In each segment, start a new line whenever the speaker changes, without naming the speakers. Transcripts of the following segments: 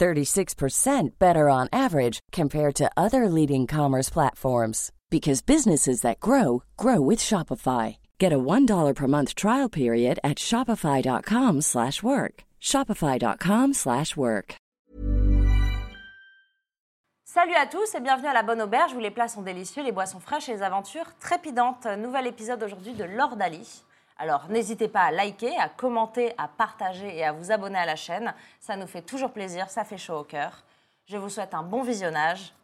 36% better on average compared to other leading commerce platforms because businesses that grow grow with Shopify. Get a $1 per month trial period at shopify.com/work. slash work. shopify.com/work. slash work.
Salut à tous et bienvenue à la Bonne Auberge où les plats sont délicieux, les boissons fraîches et les aventures trépidantes. Nouvel épisode aujourd'hui de l'Ordalie. Alors n'hésitez pas à liker, à commenter, à partager et à vous abonner à la chaîne. Ça nous fait toujours plaisir, ça fait chaud au cœur. Je vous souhaite un bon visionnage.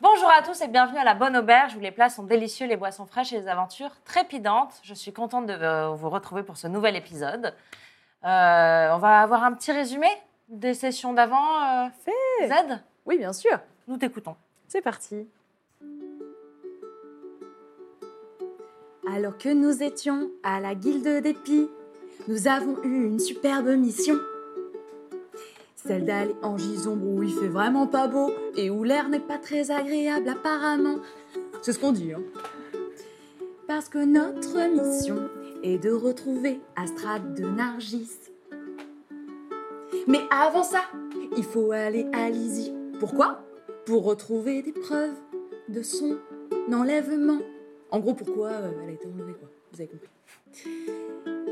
Bonjour à tous et bienvenue à la Bonne Auberge où les plats sont délicieux, les boissons fraîches et les aventures trépidantes. Je suis contente de euh, vous retrouver pour ce nouvel épisode. Euh, on va avoir un petit résumé des sessions d'avant. euh,
Fait.
Z,
Oui, bien sûr.
nous t'écoutons.
C'est parti.
Alors que nous étions à la guilde des pies, nous avons eu une superbe mission. Celle d'aller en Gisombre où il fait vraiment pas beau et où l'air n'est pas très agréable apparemment. C'est ce qu'on dit, hein. Parce que notre mission est de retrouver Astrade de Nargis. Mais avant ça, il faut aller à Lizzie. Pourquoi Pour retrouver des preuves de son enlèvement. En gros, pourquoi euh, elle a été enlevée, quoi. Vous avez compris.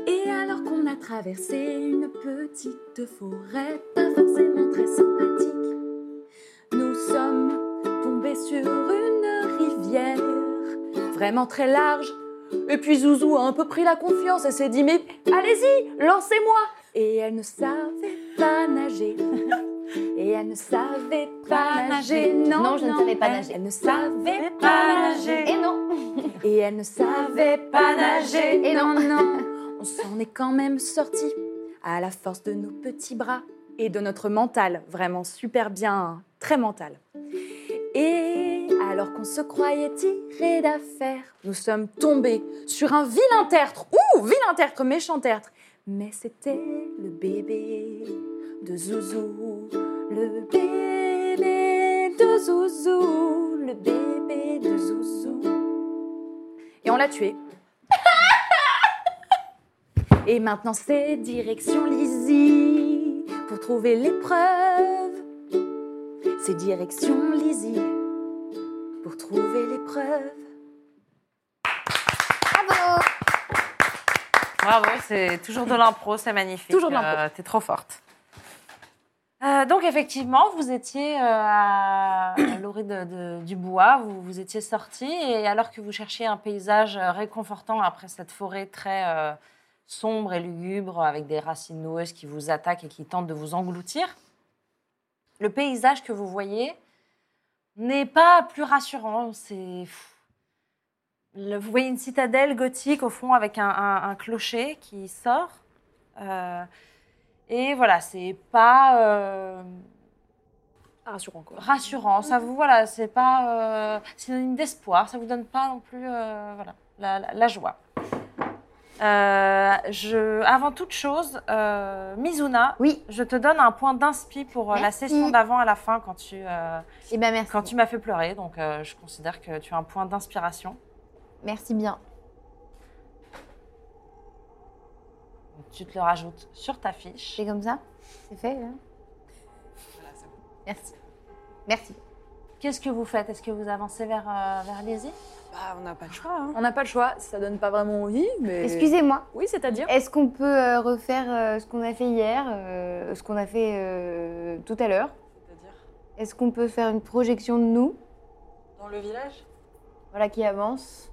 Et alors qu'on a traversé une petite forêt, pas forcément très sympathique, nous sommes tombés sur une rivière, vraiment très large. Et puis Zouzou a un peu pris la confiance, elle s'est dit Mais allez-y, lancez-moi Et elle ne savait pas nager. Et elle ne savait pas, nager. Non,
Non, je ne savais pas
elle-
nager.
Elle ne savait pas nager.
Et non,
Et elle ne savait pas nager.
Et
non, non, on s'en est quand même sorti à la force de nos petits bras et de notre mental, vraiment super bien, très mental. Et alors qu'on se croyait tiré d'affaire, nous sommes tombés sur un vilain tertre. Ouh, vilain tertre, méchant tertre. Mais c'était le bébé de Zouzou, le bébé de Zouzou, le bébé de Zouzou et on l'a tué. et maintenant c'est direction Lizzie pour trouver l'épreuve. C'est direction Lizzie pour trouver l'épreuve.
bravo
Bravo, c'est toujours de l'impro, c'est magnifique.
Toujours de l'impro.
Euh, T'es trop forte. Euh, donc effectivement, vous étiez euh, à à l'orée de- de- du bois, vous, vous étiez sorti et alors que vous cherchiez un paysage euh, réconfortant après cette forêt très euh, sombre et lugubre avec des racines noueuses qui vous attaquent et qui tentent de vous engloutir, le paysage que vous voyez n'est pas plus rassurant. C'est le- vous voyez une citadelle gothique au fond avec un, un- un clocher qui sort. Euh, et voilà, c'est pas euh,
Ah, Rassurant quoi.
rassurant. Ça
Mhm.
vous voilà, c'est pas euh, synonyme d'espoir. Ça vous donne pas non plus euh, voilà la, la- la joie. Euh, je, avant toute chose, euh, Mizuna,
Oui,
je te donne un point d'inspi pour euh, la
Merci.
session d'avant à la fin quand tu euh,
et ben merci.
quand tu m'as fait pleurer. Donc euh, je considère que tu as un point d'inspiration.
Merci bien.
Tu te le rajoutes sur ta fiche.
C'est comme ça C'est fait, là Merci. Merci.
Qu'est-ce que vous faites Est-ce que vous avancez vers, euh, vers Lizzie
Bah, on n'a pas le choix. hein.
On n'a pas le choix, ça donne pas vraiment envie, mais.
Excusez-moi.
Oui, c'est-à-dire
Est-ce qu'on peut euh, refaire euh, ce qu'on a fait hier, euh, ce qu'on a fait euh, tout à l'heure
C'est-à-dire
Est-ce qu'on peut faire une projection de nous,
dans le village.
voilà, qui avance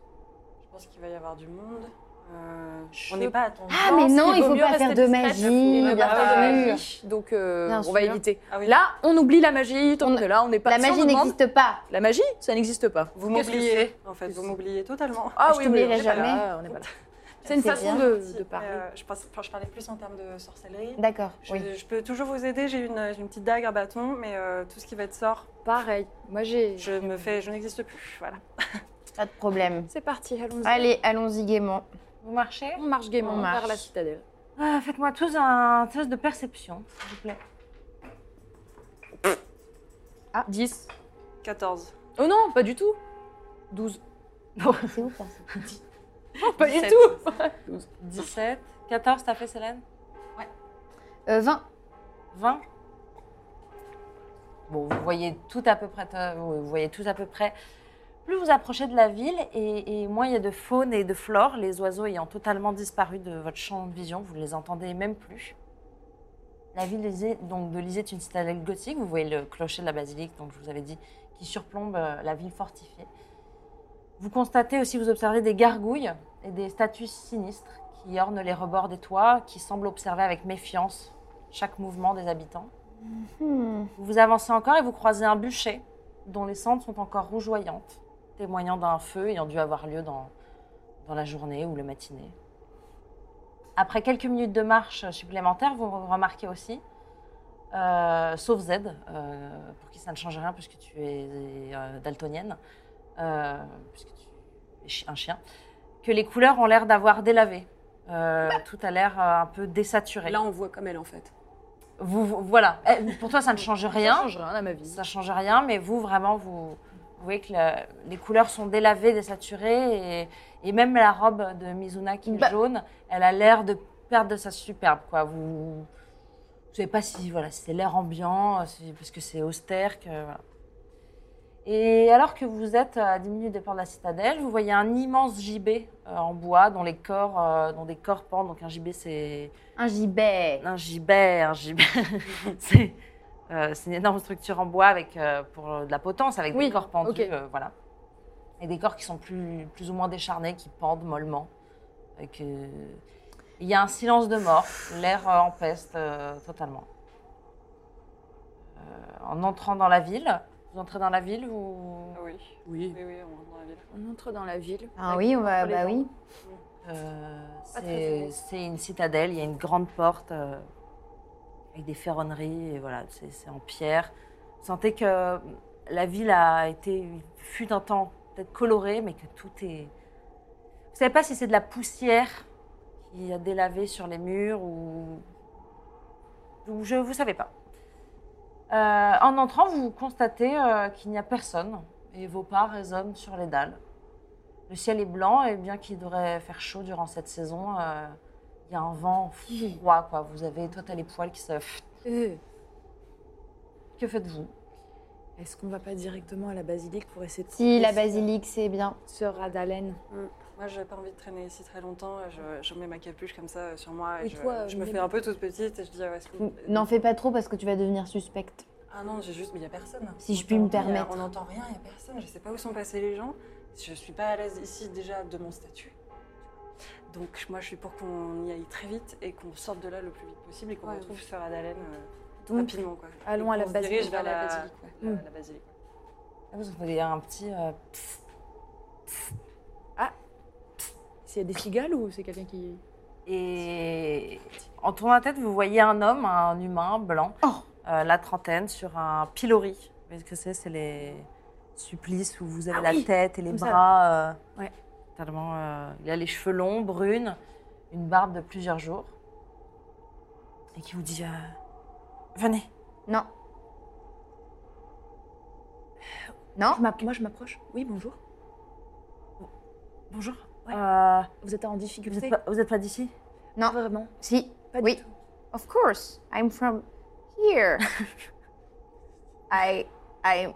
Je pense qu'il va y avoir du monde. Euh,
Je-
on n'est pas attendu.
Ah, mais non, il faut pas faire de magie,
on
bien
pas
sûr.
Donc, euh,
Bien
on va
sûr.
éviter.
Ah oui.
Là, on oublie la magie, tant
On-
que là, on n'est pas
La
Bah, si on
magie
demande-
n'existe pas.
La magie, ça n'existe pas.
vous
Qu'est-ce que
m'oubliez. En fait,
Qu'est-ce
vous
que
m'oubliez totalement.
Ah
Je
oui,
t'oublierai
oui, on est pas
jamais.
là, on n'est pas là. C'est une
C'est
façon
bien.
de,
Si,
de parler.
mais, euh, je, pense- enfin, je parlais plus en termes de sorcellerie.
D'accord,
Je,
oui.
je peux toujours vous aider. J'ai une, j'ai une petite dague, un bâton, mais euh, tout ce qui va être sort,
Pareil. Moi, j'ai.
je me fais, je n'existe plus. Voilà.
Pas de problème.
C'est parti, allons-y.
Allez, allons-y gaiement.
Vous marchez
On marche gaiement
On marche.
vers la citadelle.
Euh, Faites-moi tous un test de perception, s'il vous plaît.
10.
14.
Oh non, pas du tout. 12. Ah,
C'est ouf, ça. c'est-
Pas
du
du tout.
17. 14, t'as fait, Célène
Euh, 20.
20 Bon, vous voyez tout à peu près, euh, vous voyez tout à peu près. Plus vous approchez de la ville et, et moins il y a de faune et de flore, les oiseaux ayant totalement disparu de votre champ de vision, vous ne les entendez même plus. La ville d'Elysée- donc de Lisée est une citadelle gothique. Vous voyez le clocher de la basilique, donc je vous avais dit, qui surplombe euh, la ville fortifiée. Vous constatez aussi, vous observez des gargouilles et des statues sinistres qui ornent les rebords des toits, qui semblent observer avec méfiance chaque mouvement des habitants.
Hmm.
Vous avancez encore et vous croisez un bûcher dont les cendres sont encore rougeoyantes, témoignant d'un feu ayant dû avoir lieu dans, dans la journée ou le matinée. Après quelques minutes de marche supplémentaire, vous remarquez aussi, euh, sauf Z, euh, pour qui ça ne change rien puisque tu es euh, daltonienne, euh, puisque tu es chi- un chien, que les couleurs ont l'air d'avoir délavé. Euh, tout a l'air euh, un peu désaturé.
Là, on voit comme elle en fait.
Vous, vous- voilà. Eh, Pour toi, ça ne change
Ça
rien.
change rien à ma vie.
Ça change rien, mais vous, vraiment, vous, vous voyez que la- les couleurs sont délavées, désaturées, et, et même la robe de Mizuna qui est
Bah.
jaune, elle a l'air de perdre de sa superbe, quoi. Vous, vous savez pas si, voilà, si c'est l'air ambiant, euh, si- parce que c'est austère, que... voilà. Et alors que vous êtes à 10 minutes des portes de la citadelle, vous voyez un immense gibet euh, en bois dont les corps, euh, dont des corps pendent. Donc un gibet, c'est
Un gibet.
un gibet, un gibet. c'est euh, c'est une énorme structure en bois avec euh, pour euh, de la potence, avec
Oui,
des corps pendus,
ok.
euh, voilà. Et des corps qui sont plus, plus ou moins décharnés, qui pendent mollement. Et que- Il y a un silence de mort, l'air euh, en peste euh, totalement. Euh, en entrant dans la ville, vous entrez dans la ville, vous...
Ah oui.
Oui.
Oui, oui, on rentre dans la ville.
On entre dans la ville.
Ah oui, on va,
Entre les
bah oui.
Euh,
Pas très
c'est
honnête.
c'est une citadelle, il y a une grande porte euh, avec des ferronneries, et voilà, c'est c'est en pierre. Vous sentez que la ville a été, fut un temps peut-être colorée, mais que tout est... Vous savez pas si c'est de la poussière qui a délavé sur les murs ou... ou je vous savez pas. Euh, en entrant, vous constatez euh, qu'il n'y a personne et vos pas résonnent sur les dalles. Le ciel est blanc et bien qu'il devrait faire chaud durant cette saison, euh, il y a un vent froid. Quoi. Vous avez, toi, t'as les poils qui se...
Euh,
Que faites-vous
Est-ce qu'on va pas directement à la basilique pour essayer de
Si, la basilique, c'est bien.
Sœur Adalène.
Moi, j'ai pas envie de traîner ici très longtemps. Je, je mets ma capuche comme ça euh, sur moi et,
Et
je,
toi,
je me
Mélanie
fais un peu toute petite et je dis ah ouais, est-ce que vous-
N'en fais pas trop parce que tu vas devenir suspecte.
Ah non, j'ai juste, mais il y a personne.
Si je puis me
Il y a-
permettre.
On n'entend rien, il y a personne. Je sais pas où sont passés les gens. Je suis pas à l'aise ici déjà de mon statut. Donc moi, je suis pour qu'on y aille très vite et qu'on sorte de là le plus vite possible et qu'on
Ouais.
retrouve Sœur Adalène euh,
Mm.
Donc,
rapidement quoi.
allons
Et
à la
qu'on se
basilique,
dirige vers
à la
la
basilique,
la-
Mm.
la basilique.
Vous entendez un petit... euh, pfff.
S'il y a des cigales ou c'est quelqu'un qui.
et en tournant la tête, vous voyez un homme, un humain blanc,
Oh.
euh, la trentaine, sur un pilori. Vous voyez ce que c'est C'est les supplices où vous avez
Ah
la
oui,
tête et les
comme ça.
bras. euh,
Ouais.
Tellement, euh, il a les cheveux longs, brunes, une barbe de plusieurs jours. Et qui vous dit euh, Venez
Non. Non
Je m'app- Moi, je m'approche. Oui, bonjour.
Bonjour.
Ouais.
Euh,
Vous êtes en
vous n'êtes
difficulté
pas, vous êtes pas d'ici
Non.
Vraiment
Si.
Pas
oui.
du tout.
Of course. I'm from here. I. I.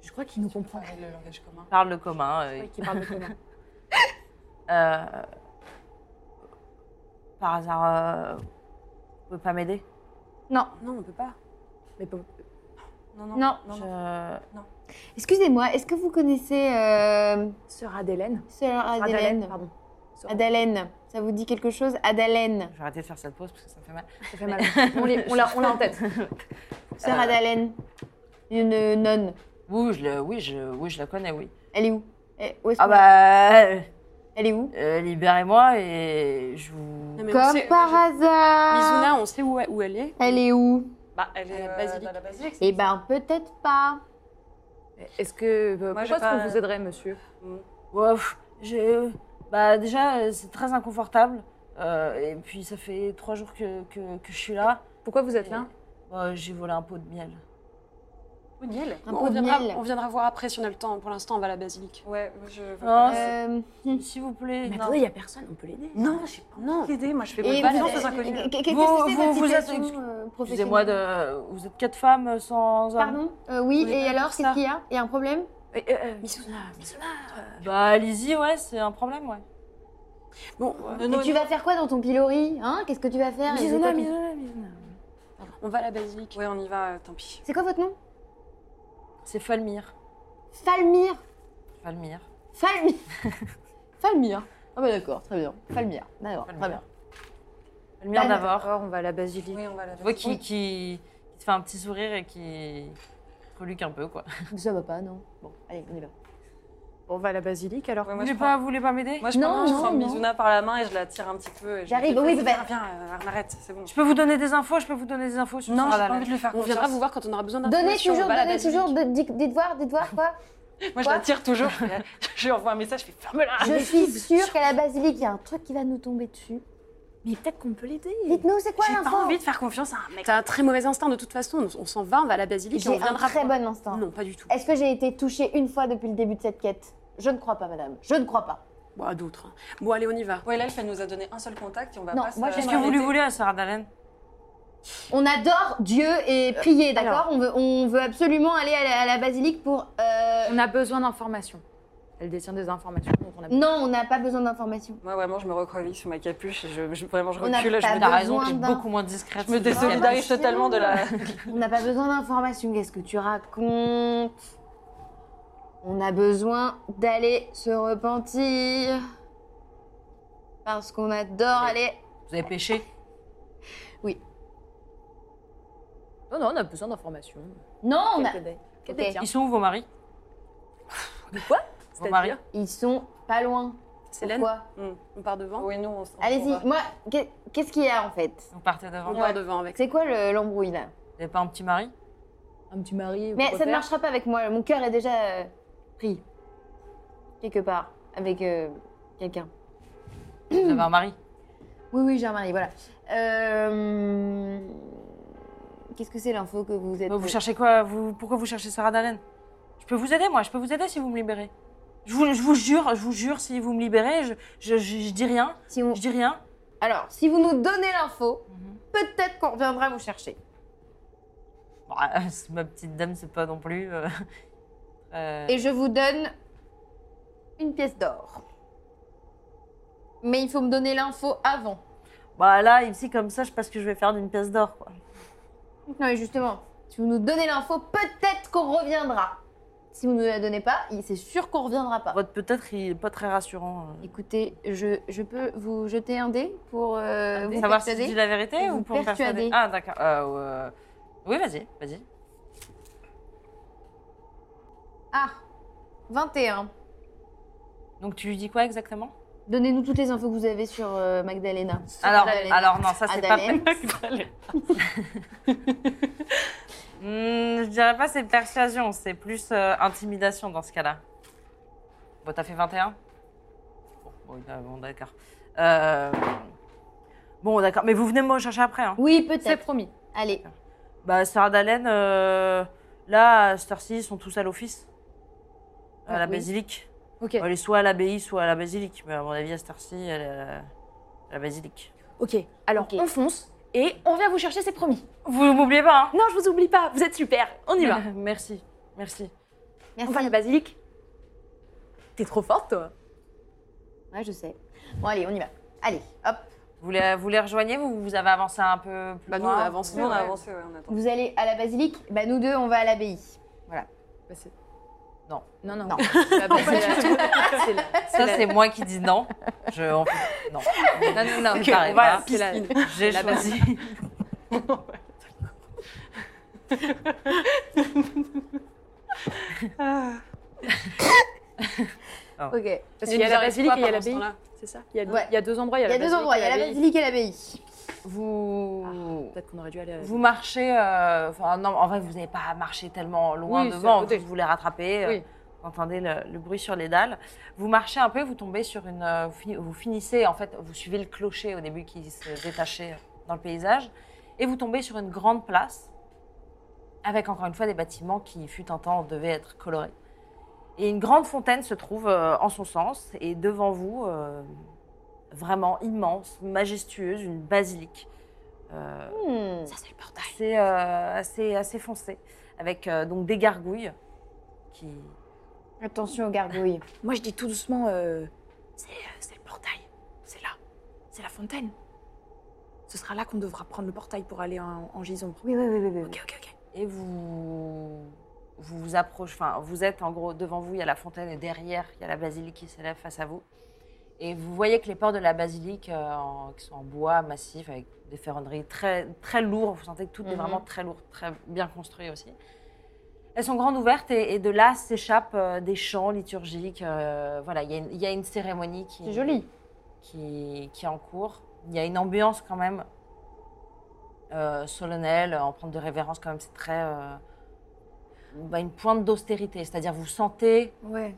Je crois qu'il nous comprend.
Parler le langage commun.
Parle le commun. euh,
Oui, qu'il parle de commun.
euh, par hasard, euh, vous pouvez pas m'aider
Non, on peut pas.
Mais pas-
Non, non.
Non.
non, non.
Je-
Excusez-moi, est-ce que vous connaissez euh,
Sœur Adélène.
Sœur
Adélène,
Adalène
pardon. Sœur-
Adalène, ça vous dit quelque chose Adalène.
Je vais arrêter de faire cette pause parce que ça me fait mal.
Ça fait mal. On l'est- on l'a on l'a en tête.
Sœur
Euh.
Adalène, une nonne.
Oui, je, le- oui, je, oui, je la connais, oui.
Elle est où Eh, où est-ce
Ah
qu'on-
bah, euh,
Elle est où
euh, libérez-moi et je vous...
Non, mais on
Comme
sait-
par hasard
Mizuna, on sait où, où elle est.
Elle est où
Bah, elle est
Euh,
à la basilique.
dans la basilique.
Eh ben, peut-être pas.
Est-ce que. euh,
Moi, j'ai
pourquoi est-ce qu'on
pas-
vous aiderait, monsieur
Ouais, pff, j'ai- Bah déjà, euh, c'est très inconfortable. Euh, et puis ça fait trois jours que, que, que je suis là.
Pourquoi vous êtes là
Bah, j'ai volé un pot de miel.
Un
Bon, on,
pot de
viendra,
miel.
on viendra voir après si on a le temps. Pour l'instant, on va à la basilique.
Ouais, moi, je veux
Non,
pas.
Euh,
Oh, S'il vous plaît.
Mais
non.
attendez, il n'y a personne, on peut l'aider.
Non, j'ai pas
Non.
envie d'aider. Moi, je fais
et
bah,
pas
vous-
confiance aux inconnus.
qu'est- qu'est-ce que
Vous-
c'est
vous-
votre
vous êtes-
situation, euh,
Excusez-moi
professionnelle
de. Vous êtes quatre femmes sans homme.
Pardon Euh, Oui,
Vous
et
êtes
alors,
pour
qu'est-ce
ça.
qu'il y a Il y a un problème
Euh, euh,
Mizuna, Mizuna.
Bah allez-y, ouais, c'est un problème, ouais.
Bon, euh,
Et
non,
tu vas faire quoi dans ton pilori hein Qu'est-ce que tu vas faire Et c'est
Mizuna,
quoi ton-
Mizuna, Mizuna.
on va à la basilique.
Ouais, on y va, euh, tant pis.
C'est quoi votre nom
C'est Falmir.
Falmir.
Falmir.
Falmir. Falmir. Ah bah d'accord, très bien. Falmir. D'accord, très
Falmir.
bien.
Falmir
Falmir.
d'abord.
D'accord, on va à la basilique.
Oui, on va à la
Tu vois qui,
basilique.
qui, qui te fait un petit sourire et qui reluque un peu, quoi.
Ça va pas, non Bon, allez, on y va.
On va à la basilique alors.
Ouais,
Vous
moi, je
voulez
prends-
pas, vous voulez pas m'aider
Moi, je
Non,
prends, je
non,
prends
non.
Mizuna par la main et je la tire un petit peu. et je
J'arrive,
lui fais,
oui,
vas-y,
bah-
Viens, euh, on arrête, c'est bon.
Je peux vous donner des infos, je peux vous donner des infos sur
Non, j'ai
Sarah
pas
Lala.
envie de lui faire
On
confiance.
viendra vous voir quand on aura besoin
Donnez
d'informations.
toujours,
on va à la
donnez
basilique.
toujours, de- dites, dites voir, dites voir quoi.
Moi,
Quoi
je la tire toujours. je fais- je lui envoie un message, je fais ferme-la.
Je suis sûre qu'à la basilique, il y a un truc qui va nous tomber dessus.
Mais peut-être qu'on peut l'aider.
Dites-nous, c'est quoi
J'ai pas
l'info
envie de faire confiance à un mec.
T'as un très mauvais instinct de toute façon. On- On s'en va, on va à la basilique et on
J'ai un
viendra.
très bon instinct.
Non, pas du tout.
Est-ce que j'ai été touchée une fois depuis le début de cette quête Je ne crois pas, madame. Je ne crois pas.
Bon, à d'autres. hein. Bon, allez, on y va.
Ouais, là, elle nous a donné un seul contact et on va
Non,
pas se-
moi, j'ai-
Qu'est-ce que vous lui voulez à Sarah Dalen
On adore Dieu et prier, d'accord on veut, on veut absolument aller à la, à la basilique pour... euh,
On a besoin d'informations. Elle détient des informations, donc on a
Non, on n'a pas besoin d'informations.
Moi, vraiment, je me recroqueville sous ma capuche et je, je- vraiment, je
On a
recule. Je
pas
me,
besoin
T'as raison, je suis
d'un-
beaucoup moins discrète.
je me désolidarise totalement de la.
On n'a pas besoin d'informations. Qu'est-ce que tu racontes On a besoin d'aller se repentir. Parce qu'on adore aller.
Vous avez pêché
Non, non, on a besoin d'informations.
Non, on a-
Qu'elle
Ok.
détient.
Ils sont où vos maris
De quoi
Vos maris
C'est-à-dire
ils sont pas loin.
C'est l'âne.
Pourquoi
Mm.
On part devant
Oui, nous, on s- on s'en
Allez-y,
va.
moi, qu'est- qu'est-ce qu'il y a en fait
Vous partez devant.
On
Vous
part devant avec.
C'est quoi le- l'embrouille là
n'avez pas un petit mari
Un petit mari.
Mais
ou
ça ne
quoi
marchera pas avec moi. Mon cœur est déjà euh, pris. Quelque part. Avec euh, quelqu'un.
Vous avez un mari
Oui, oui, j'ai un mari, voilà. Euh, Qu'est-ce que c'est l'info que vous êtes.
Bah, Vous cherchez quoi vous... Pourquoi vous cherchez Sarah Dalen Je peux vous aider, moi. Je peux vous aider si vous me libérez. Je vous, je vous jure, je vous jure, si vous me libérez, je, je, je- je dis rien.
Si on-
Je dis rien.
Alors, si vous nous donnez l'info,
Mhm.
peut-être qu'on reviendra vous chercher.
Bah, euh, c'est- ma petite dame, c'est pas non plus. euh, euh,
Et je vous donne une pièce d'or. Mais il faut me donner l'info avant.
Bah là, ici, comme ça, je sais pas ce que je vais faire d'une pièce d'or, quoi.
Non, mais justement, si vous nous donnez l'info, peut-être qu'on reviendra. Si vous ne nous la donnez pas, il- c'est sûr qu'on reviendra pas.
Votre peut-être, il est pas très rassurant. euh.
Écoutez, je, je peux vous jeter un dé pour euh, vous
Savoir si
persuader
tu dis la vérité
Vous
ou pour me persuader
persuader.
Ah, d'accord. Euh, euh, Oui, vas-y, vas-y.
Ah, 21.
Donc tu lui dis quoi exactement
Donnez-nous toutes les infos que vous avez sur euh, Magdalena. Sur
Alors,
Magdalena.
alors non, ça c'est pas.
Adalène.
Hmm, je dirais pas c'est persuasion, c'est plus euh, intimidation dans ce cas-là. Bon, t'as fait 21 Bon, bon, euh, bon, d'accord. Euh, Bon, d'accord, mais vous venez me rechercher après. Hein.
Oui,
C'est
peut-être.
promis.
Allez,
Bah, Sarah Dalen, euh, là, à cette heure-ci, ils sont tous à l'office, à
Ah,
la
oui.
basilique. Bah,
Ok.
Elle est soit à l'abbaye, soit à la basilique. Mais à mon avis, à cette heure-ci, elle est à la- à la basilique.
Ok, alors
Ok.
on fonce et on vient vous chercher, c'est promis.
Vous m'oubliez pas, hein
Non, je vous oublie pas, vous êtes super, on y va.
Merci, merci.
on
Merci.
va à la basilique. T'es trop forte, toi.
Ouais, je sais. Bon, allez, on y va. Allez, hop.
Vous les, vous les rejoignez Vous, vous avez avancé un peu plus
Bah, nous,
loin
on a avancé,
Nous, on a
Ouais.
avancé, ouais, on attend.
Vous allez à la basilique Bah, nous deux, on va à l'abbaye.
Non, non,
Non.
La basilique, c'est la-
Ça, c'est moi qui dis non. Je, on fait- non.
Non, non, non,
Ok,
pareil,
on va à la
hein, c'est la-
J'ai
La
choisi.
Ok.
Parce
qu'il y a la basilique et il y a l'abbaye.
C'est ça il y, a deux,
Ouais.
il y a deux endroits.
Il y a deux endroits, il y a la basilique et l'abbaye.
Vous,
Peut-être qu'on aurait dû aller à la-
vous marchez. euh, Enfin, non, en vrai, vous n'avez pas marché tellement loin
Oui, c'est à
devant.
côté.
Vous vous les rattrapez. euh,
Oui.
Vous entendez le, le bruit sur les dalles. Vous marchez un peu, vous tombez sur une. euh, Vous, fini- vous finissez, en fait, vous suivez le clocher au début qui se détachait dans le paysage. Et vous tombez sur une grande place avec encore une fois des bâtiments qui, fut un temps, devaient être colorés. Et une grande fontaine se trouve euh, en son sens. Et devant vous, euh, vraiment immense, majestueuse, une basilique. Euh,
Hmm.
assez, euh, assez, assez foncé, avec euh, donc des gargouilles qui.
Attention aux gargouilles.
Moi, je dis tout doucement, euh, c'est euh, c'est le portail. C'est là. C'est la fontaine. Ce sera là qu'on devra prendre le portail pour aller en, en gison.
Oui, oui, oui, oui. oui.
Ok, ok, ok.
Et vous vous, vous approchez, enfin, vous êtes en gros devant vous, il y a la fontaine et derrière, il y a la basilique qui s'élève face à vous. Et vous voyez que les portes de la basilique, euh, en- qui sont en bois massif, avec des ferronneries très, très lourdes, vous sentez que tout est
Mhm.
vraiment très lourd, très bien construit aussi. Elles sont grandes ouvertes et, et de là s'échappent euh, des chants liturgiques. euh, voilà, il y, a une- il y a une cérémonie qui,
C'est joli.
qui, qui est en cours. Il y a une ambiance quand même euh, solennelle, empreinte de révérence quand même. C'est très euh, bah, une pointe d'austérité. C'est-à-dire vous sentez,
Ouais.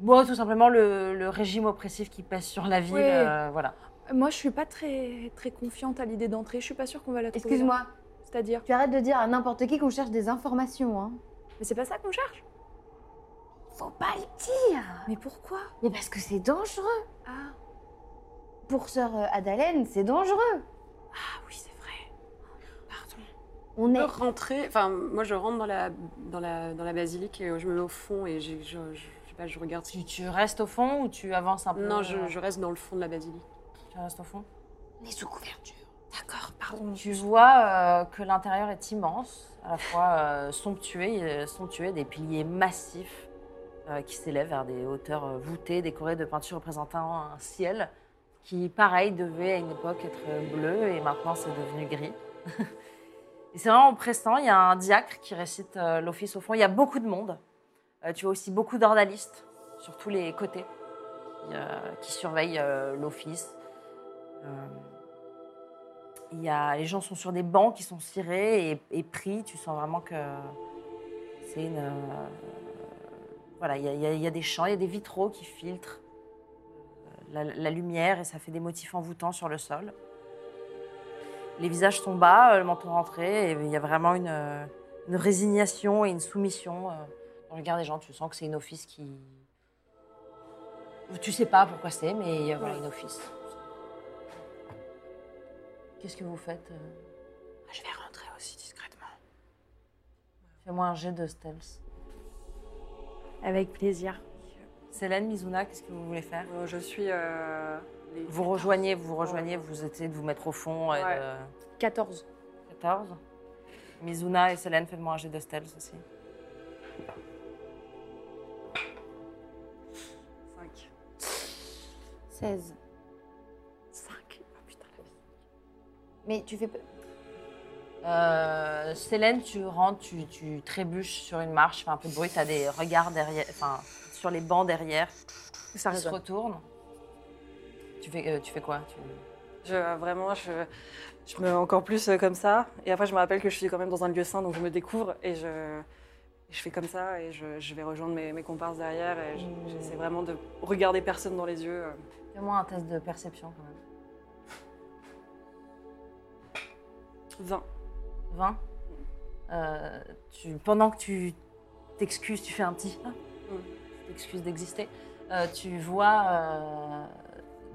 bon, tout simplement le, le régime oppressif qui pèse sur la ville.
Oui.
euh, voilà.
Moi, je suis pas très, très confiante à l'idée d'entrer. Je suis pas sûre qu'on va la trouver. là.
Excuse-moi,
C'est-à-dire.
tu arrêtes de dire à n'importe qui qu'on cherche des informations. Hein.
Mais c'est pas ça qu'on cherche.
Faut pas le dire
Mais pourquoi
Mais parce que c'est dangereux
Ah,
Pour sœur euh, Adalène, c'est dangereux
ah oui, c'est vrai. Pardon.
On
On peut
est...
rentrer. Enfin, moi, je rentre dans la, dans la, dans la basilique et euh, je me mets au fond et j'ai- je, je, je sais pas, je regarde si.
Tu, tu restes au fond ou tu avances un peu
Non, je, je reste dans le fond de la basilique.
Tu restes au fond.
on est sous couverture.
D'accord, pardon.
Tu vois euh, que l'intérieur est immense, à la fois euh, somptueux, euh, somptueux, des piliers massifs euh, qui s'élèvent vers des hauteurs euh, voûtées, décorées de peintures représentant un ciel qui, pareil, devait à une époque être bleu et maintenant c'est devenu gris. et c'est vraiment oppressant. Il y a un diacre qui récite euh, l'office au fond. Il y a beaucoup de monde. Euh, tu vois aussi beaucoup d'ordalistes sur tous les côtés qui, euh, qui surveillent euh, l'office. Euh, il y a, les gens sont sur des bancs qui sont cirés et, et pris. Tu sens vraiment que c'est une. euh, voilà, il y, a- il y a- il y a des champs, il y a des vitraux qui filtrent euh, la, la lumière et ça fait des motifs envoûtants sur le sol. Les visages sont bas, euh, le menton rentré, et il y a vraiment une, euh, une résignation et une soumission euh, dans le regard des gens. Tu sens que c'est une office qui. Tu sais pas pourquoi c'est, mais euh, voilà, une office. Qu'est-ce que vous faites euh
Je vais rentrer aussi discrètement.
Fais-moi un jet de stealth.
Avec plaisir.
Célène, Mizuna, qu'est-ce que vous voulez faire
Euh, je suis. euh, les-
Vous rejoignez, vous rejoignez, vous essayez de vous mettre au fond. Et
Ouais.
de-
14.
14. Mizuna et Célène, faites-moi un jet de stealth aussi.
5.
16.
5. Oh putain, la vie.
Mais tu fais... pas-
Euh, Célène, tu rentres, tu, tu trébuches sur une marche, tu fais un peu de bruit, t'as des regards derrière, enfin, sur les bancs derrière,
Ça
qui se
résonne.
retournent. Tu fais, euh, tu fais quoi Tu-
Je, euh, vraiment, je, je me mets encore plus euh, comme ça. Et après, je me rappelle que je suis quand même dans un lieu sain, donc je me découvre et je, je fais comme ça et je, je vais rejoindre mes, mes comparses derrière. Et je-
Mm.
j'essaie vraiment de regarder personne dans les yeux. euh.
Fais-moi un test de perception quand même.
20.
20. Euh, tu, pendant que tu t'excuses, tu fais un petit. Ah.
Mm.
Et excuse d'exister, euh, tu vois euh,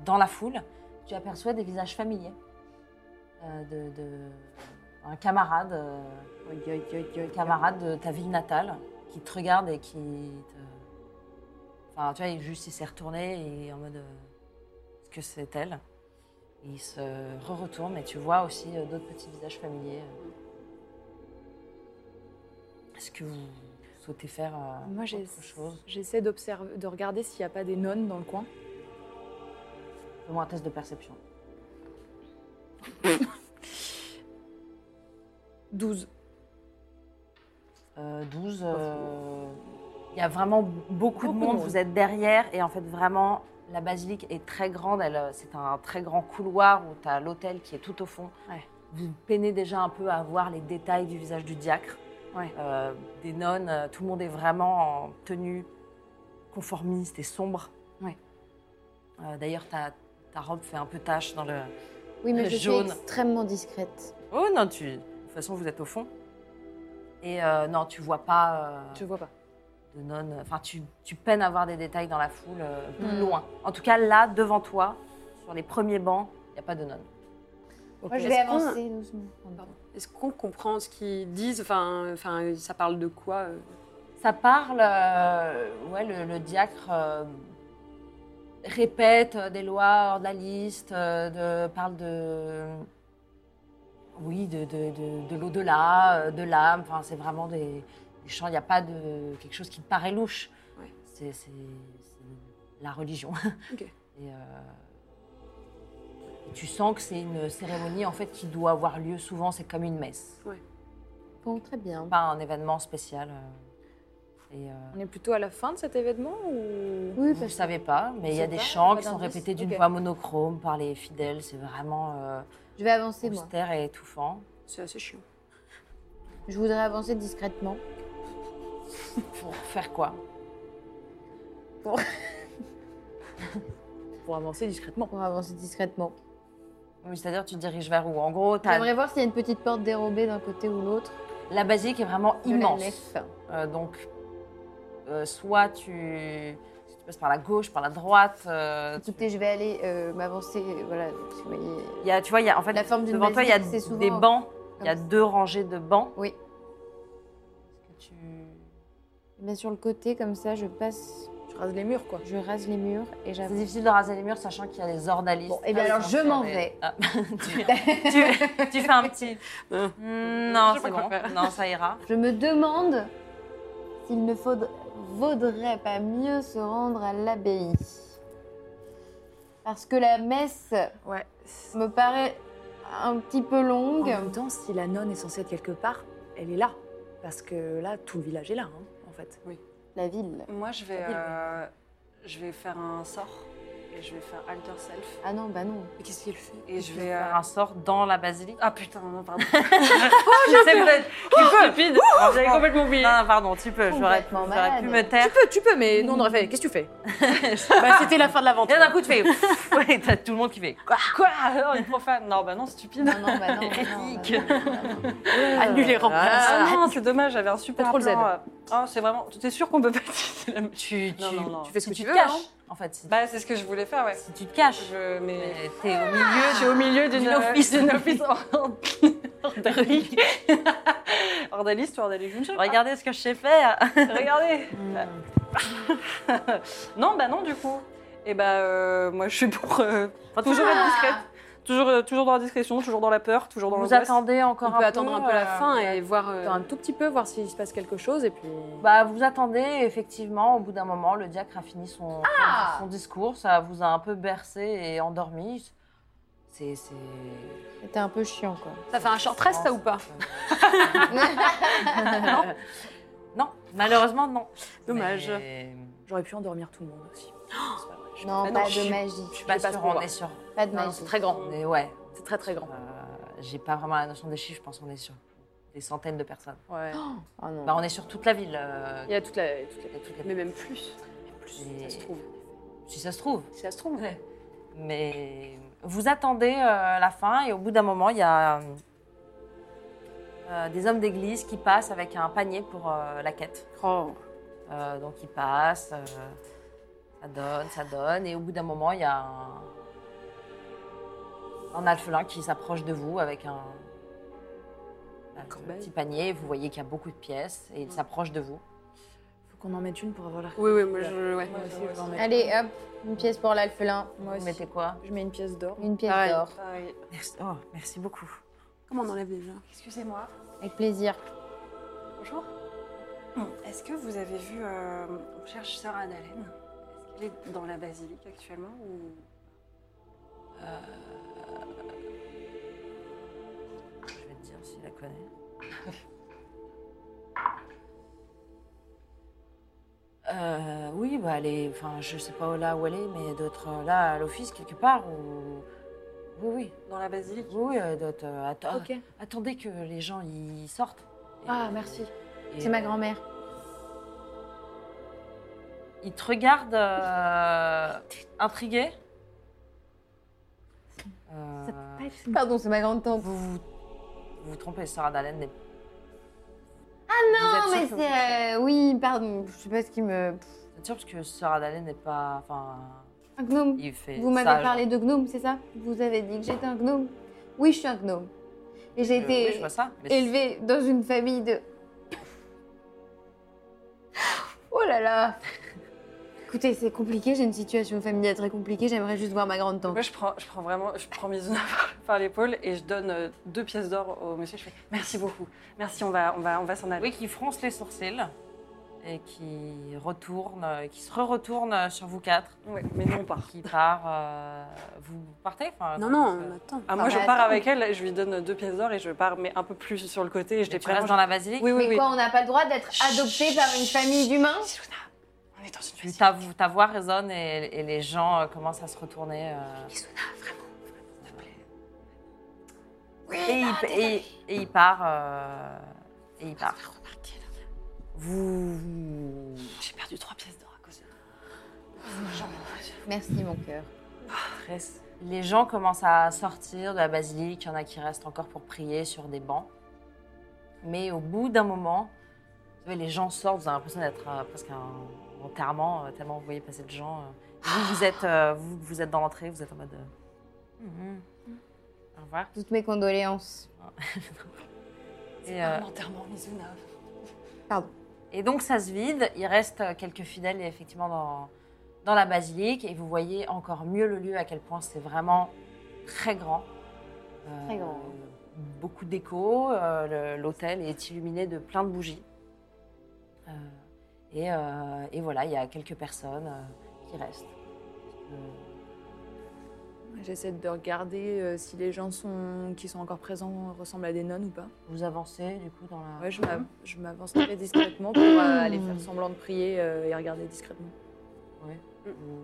dans la foule, tu aperçois des visages familiers. Euh, de, de- un camarade, euh, oi, oi, oi, oi, camarade de ta ville natale, qui te regarde et qui te. Enfin, tu vois, il- juste il s'est retourné et en mode. euh, Est-ce que c'est elle Et Il se re-retourne et tu vois aussi euh, d'autres petits visages familiers. euh, Est-ce que vous souhaitez faire euh,
Moi, j'ai-
autre chose
j'essaie d'observer, de regarder s'il n'y a pas des nonnes dans le coin.
Fais-moi un test de perception.
12.
Euh, 12. euh, Il y a vraiment beaucoup,
Beaucoup
de
de
monde.
monde.
Vous êtes derrière et en fait, vraiment, la basilique est très grande. Elle, euh, c'est un très grand couloir où tu as l'hôtel qui est tout au fond.
Ouais.
Vous peinez déjà un peu à voir les détails du visage du diacre,
Ouais.
Euh, des nonnes. euh, Tout le monde est vraiment en tenue conformiste et sombre.
Ouais.
Euh, d'ailleurs, ta, ta robe fait un peu tache dans le.
Oui, mais
Le
je
jaune.
suis extrêmement discrète.
Oh non, tu. De toute façon, vous êtes au fond. Et euh, non, tu vois pas. euh,
Je vois pas.
de nonnes. Enfin, tu, tu peines à voir des détails dans la foule euh, plus
Hmm.
loin. En tout cas, là, devant toi, sur les premiers bancs, il n'y a pas de nonnes.
Moi, je
Est-ce
vais
qu'on-
avancer doucement.
Est-ce qu'on comprend ce qu'ils disent enfin, enfin, ça parle de quoi euh
Ça parle, euh, ouais, le, le diacre euh, répète euh, des lois hors de la liste, euh, de- parle de. Oui, de, de- de- de l'au-delà, euh, de l'âme. Enfin, c'est vraiment des, des chants. Il n'y a pas de quelque chose qui te paraît louche.
Ouais.
C'est c'est- c'est la religion.
Ok.
Et, euh, et tu sens que c'est une cérémonie en fait qui doit avoir lieu souvent. C'est comme une messe,
Bon, très bien.
pas un événement spécial. euh, et, euh,
On est plutôt à la fin de cet événement ou
Oui,
Vous ne
parce que
savez pas, mais il y a
C'est
des
pas-
chants
pas
qui sont
d'indice
répétés d'une
Ok.
voix monochrome par les fidèles. C'est vraiment euh,
je vais avancer, moi.
austère et étouffant.
C'est assez chiant.
Je voudrais avancer discrètement.
Pour faire quoi
pour avancer discrètement
Pour avancer discrètement.
Oui, C'est-à-dire, tu te diriges vers où En gros, t'as-
J'aimerais voir s'il y a une petite porte dérobée d'un côté ou l'autre.
la basilique est vraiment
de la
immense.
nef.
Euh, donc, euh, soit tu... si tu passes par la gauche, par la droite. euh, tu-
Écoutez, je vais aller euh, m'avancer. Voilà, si vous voyez.
il y a, tu vois, il y a, en fait,
La forme d'une
devant toi, il y a
basilique, c'est souvent
des bancs. Il y a
comme-
deux rangées de bancs.
Oui.
Est-ce que tu-
Mais sur le côté, comme ça, je passe.
Tu rases les murs, quoi.
Je rase les murs et
C'est
j'avance.
difficile de raser les murs, sachant qu'il y a les ordalistes.
Bon, eh bien, alors, je m'en vais.
Ah, tu- tu, tu fais un petit.
Hein.
Mm, Non,
Je sais
c'est
pas quoi
bon.
faire.
Non, ça ira.
Je me demande s'il ne faudrait, vaudrait pas mieux se rendre à l'abbaye. Parce que la messe
Ouais.
me paraît un petit peu
En
longue.
même temps, si la nonne est censée être quelque part, elle est là. Parce que là, tout le village est là, hein, en fait.
La ville.
Moi, je vais,
Habile, ouais.
euh, je vais faire un sort et je vais faire alter self
Ah non, bah non.
Mais qu'est-ce qu'il fait
et je vais.
Faire
euh,
un sort dans la basilique.
Ah putain, non, pardon.
C'est peut-être- Tu peux.
J'avais complètement oublié.
Non, non, Oh, pardon, tu peux. J'aurais pu,
Complètement
j'aurais pu me
malade.
taire.
peux, tu peux, mais non, on aurait fait. Qu'est-ce que tu fais Bah, C'était la fin de
Et
l'aventure.
d'un coup, tu fais. pff, Ouais, t'as tout le monde qui fait. Quoi Quoi Oh, une profane. Non, bah non, stupide.
Non, non, bah non. bah non, bah non, bah non.
Annuler, remplacer.
Ah non, c'est dommage, j'avais un super
Contrôle Z.
plan. euh. Ah, c'est vraiment. T'es sûr qu'on peut pas utiliser la machine
Tu, tu,
Non, non, non.
tu
fais ce
si
que
tu
tu
te
veux,
caches.
hein.
En fait, si,
Bah, c'est ce que je voulais faire, ouais.
si tu te caches.
Je, mais
euh, T'es au milieu.
je suis au milieu d'une
D'une office.
d'une office ordalique. Ordaliste ou ordalique, je ne sais pas. Ah,
Regardez ce que je sais faire.
Regardez.
Hmm.
non, bah non, du coup. Et bah, euh, moi, je suis pour euh,
Enfin,
toujours être discrète. Toujours, euh, toujours dans la discrétion, toujours dans la peur, toujours dans
Vous
l'angoisse.
attendez encore
On
un
peut
peu.
attendre un peu la
euh,
fin et voir. euh,
Attends un tout petit peu, voir s'il se passe quelque chose, et puis...
Bah, vous attendez, et effectivement, au bout d'un moment, le diacre a fini son, son, son discours, ça vous a un peu bercé et endormi. C'est. c'est-
C'était un peu chiant, quoi.
Ça fait un short rest, ça ou pas
non. non, malheureusement, non.
Dommage.
Mais
J'aurais pu endormir tout le monde aussi. C'est pas vrai. Je-
Non,
mais non,
pas
je
de
suis-
magie.
Je suis pas
Je vais pas
sûre,
trop
on
voir.
est sur.
Pas de
Non,
magie.
c'est très grand. Mais ouais,
C'est très très grand.
euh, j'ai pas vraiment la notion des chiffres, je pense qu'on est sur des centaines de personnes.
Ouais.
Oh non.
Bah, on est sur toute la ville. euh,
Il y a toute la... toute la-
il y a toute la-
Mais même plus.
plus,
Ça se trouve.
Si ça se trouve.
Si ça se trouve.
Mais vous attendez euh, la fin et au bout d'un moment, il y a euh, euh, des hommes d'église qui passent avec un panier pour euh, la quête.
Oh.
Euh, donc il passe, euh, ça donne, ça donne, et au bout d'un moment, il y a un, un alphelin qui s'approche de vous avec un, un
corbeille.
petit panier. Vous voyez qu'il y a beaucoup de pièces, et il s'approche de vous.
Faut qu'on en mette une pour avoir la
Oui, oui, moi je. Ouais.
Moi aussi, je vais en mettre.
Allez, hop, une pièce pour l'alphelin,
vous mettez quoi
Je mets une pièce d'or.
une pièce
Pareil,
d'or.
pareil.
merci, oh, merci beaucoup.
Comment on enlève déjà
Excusez-moi.
Avec plaisir.
Bonjour.
Hmm.
Est-ce que vous avez vu. euh, on cherche Sœur Annalène. Est-ce qu'elle est dans la basilique actuellement ou.
Je vais te dire s'il la connaît. Euh, oui, bah elle est, enfin, je sais pas là où elle est, mais d'autres euh, là à l'office quelque part ou. Oui, oui,
Dans la basilique
oui, oui, elle doit être, euh, atta-
Ok.
Attendez que les gens y sortent. Et-
Ah, merci.
et,
C'est ma
euh,
grand-mère.
Il te regarde euh, intrigué. Euh,
Pardon, c'est ma grande-tante.
vous, vous vous vous trompez, Sarah Dalen n'est. Ah
Non, mais c'est... euh, oui, pardon, je sais pas ce qui me... Pff,
C'est sûr parce que Sarah Dalen n'est pas. Enfin,
Un gnome.
il fait.
Vous m'avez
sage.
parlé de gnome, c'est ça Vous avez dit que j'étais un gnome Oui, je suis un gnome. Et j'ai
Euh, oui, je
été
vois ça. mais c'est-
élevée dans une famille de... Oh là là Écoutez, c'est compliqué, j'ai une situation familiale très compliquée, j'aimerais juste voir ma grande-tante.
Moi, je prends, je prends vraiment, je prends Mizuna par, par l'épaule et je donne euh, deux pièces d'or au monsieur. Je fais merci beaucoup, merci, on va, on va, on va s'en aller.
Oui, qui fronce les sourcils et qui retourne, euh, qui se re-retourne sur vous quatre,
Ouais, mais non, on part.
qui part. euh, vous partez enfin,
Non,
comment
non,
ça-
on attend.
Ah, moi,
Ah,
je
bah,
pars
attends.
avec elle, et je lui donne deux pièces d'or et je pars, mais un peu plus sur le côté. Et je
Et
les
tu restes dans la basilique
Oui, oui,
Mais
oui.
quoi, on n'a pas le droit d'être adopté par une famille d'humains
Mizuna, on est dans une
Tu-
basilique.
Ta, vo- ta voix résonne et, et les gens euh, commencent à se retourner. euh. et, il, et- et il part. euh, et il part. Vous, vous-
J'ai perdu trois pièces d'or à cause de.
Merci, mon cœur.
Les gens commencent à sortir de la basilique. Il y en a qui restent encore pour prier sur des bancs. Mais au bout d'un moment, vous savez, les gens sortent. Vous avez l'impression d'être euh, presque un enterrement, euh, tellement vous voyez passer de gens. euh. Vous, vous êtes, euh, vous, vous êtes dans l'entrée, vous êtes en mode. euh, Mhm. Au revoir.
Toutes mes condoléances.
Et, euh,
Un enterrement, Mizuna.
Et donc ça se vide, il reste euh, quelques fidèles effectivement dans, dans la basilique et vous voyez encore mieux le lieu à quel point c'est vraiment très grand. Euh,
Très grand.
Beaucoup d'écho, euh, le- l'hôtel est illuminé de plein de bougies. Euh, et, euh, et voilà, il y a quelques personnes euh, qui restent. Euh,
J'essaie de regarder euh, si les gens sont... qui sont encore présents ressemblent à des nonnes ou pas.
vous avancez du coup dans la...
Ouais, je m'av- je m'avance très discrètement pour euh, aller faire semblant de prier euh, et regarder discrètement.
vous,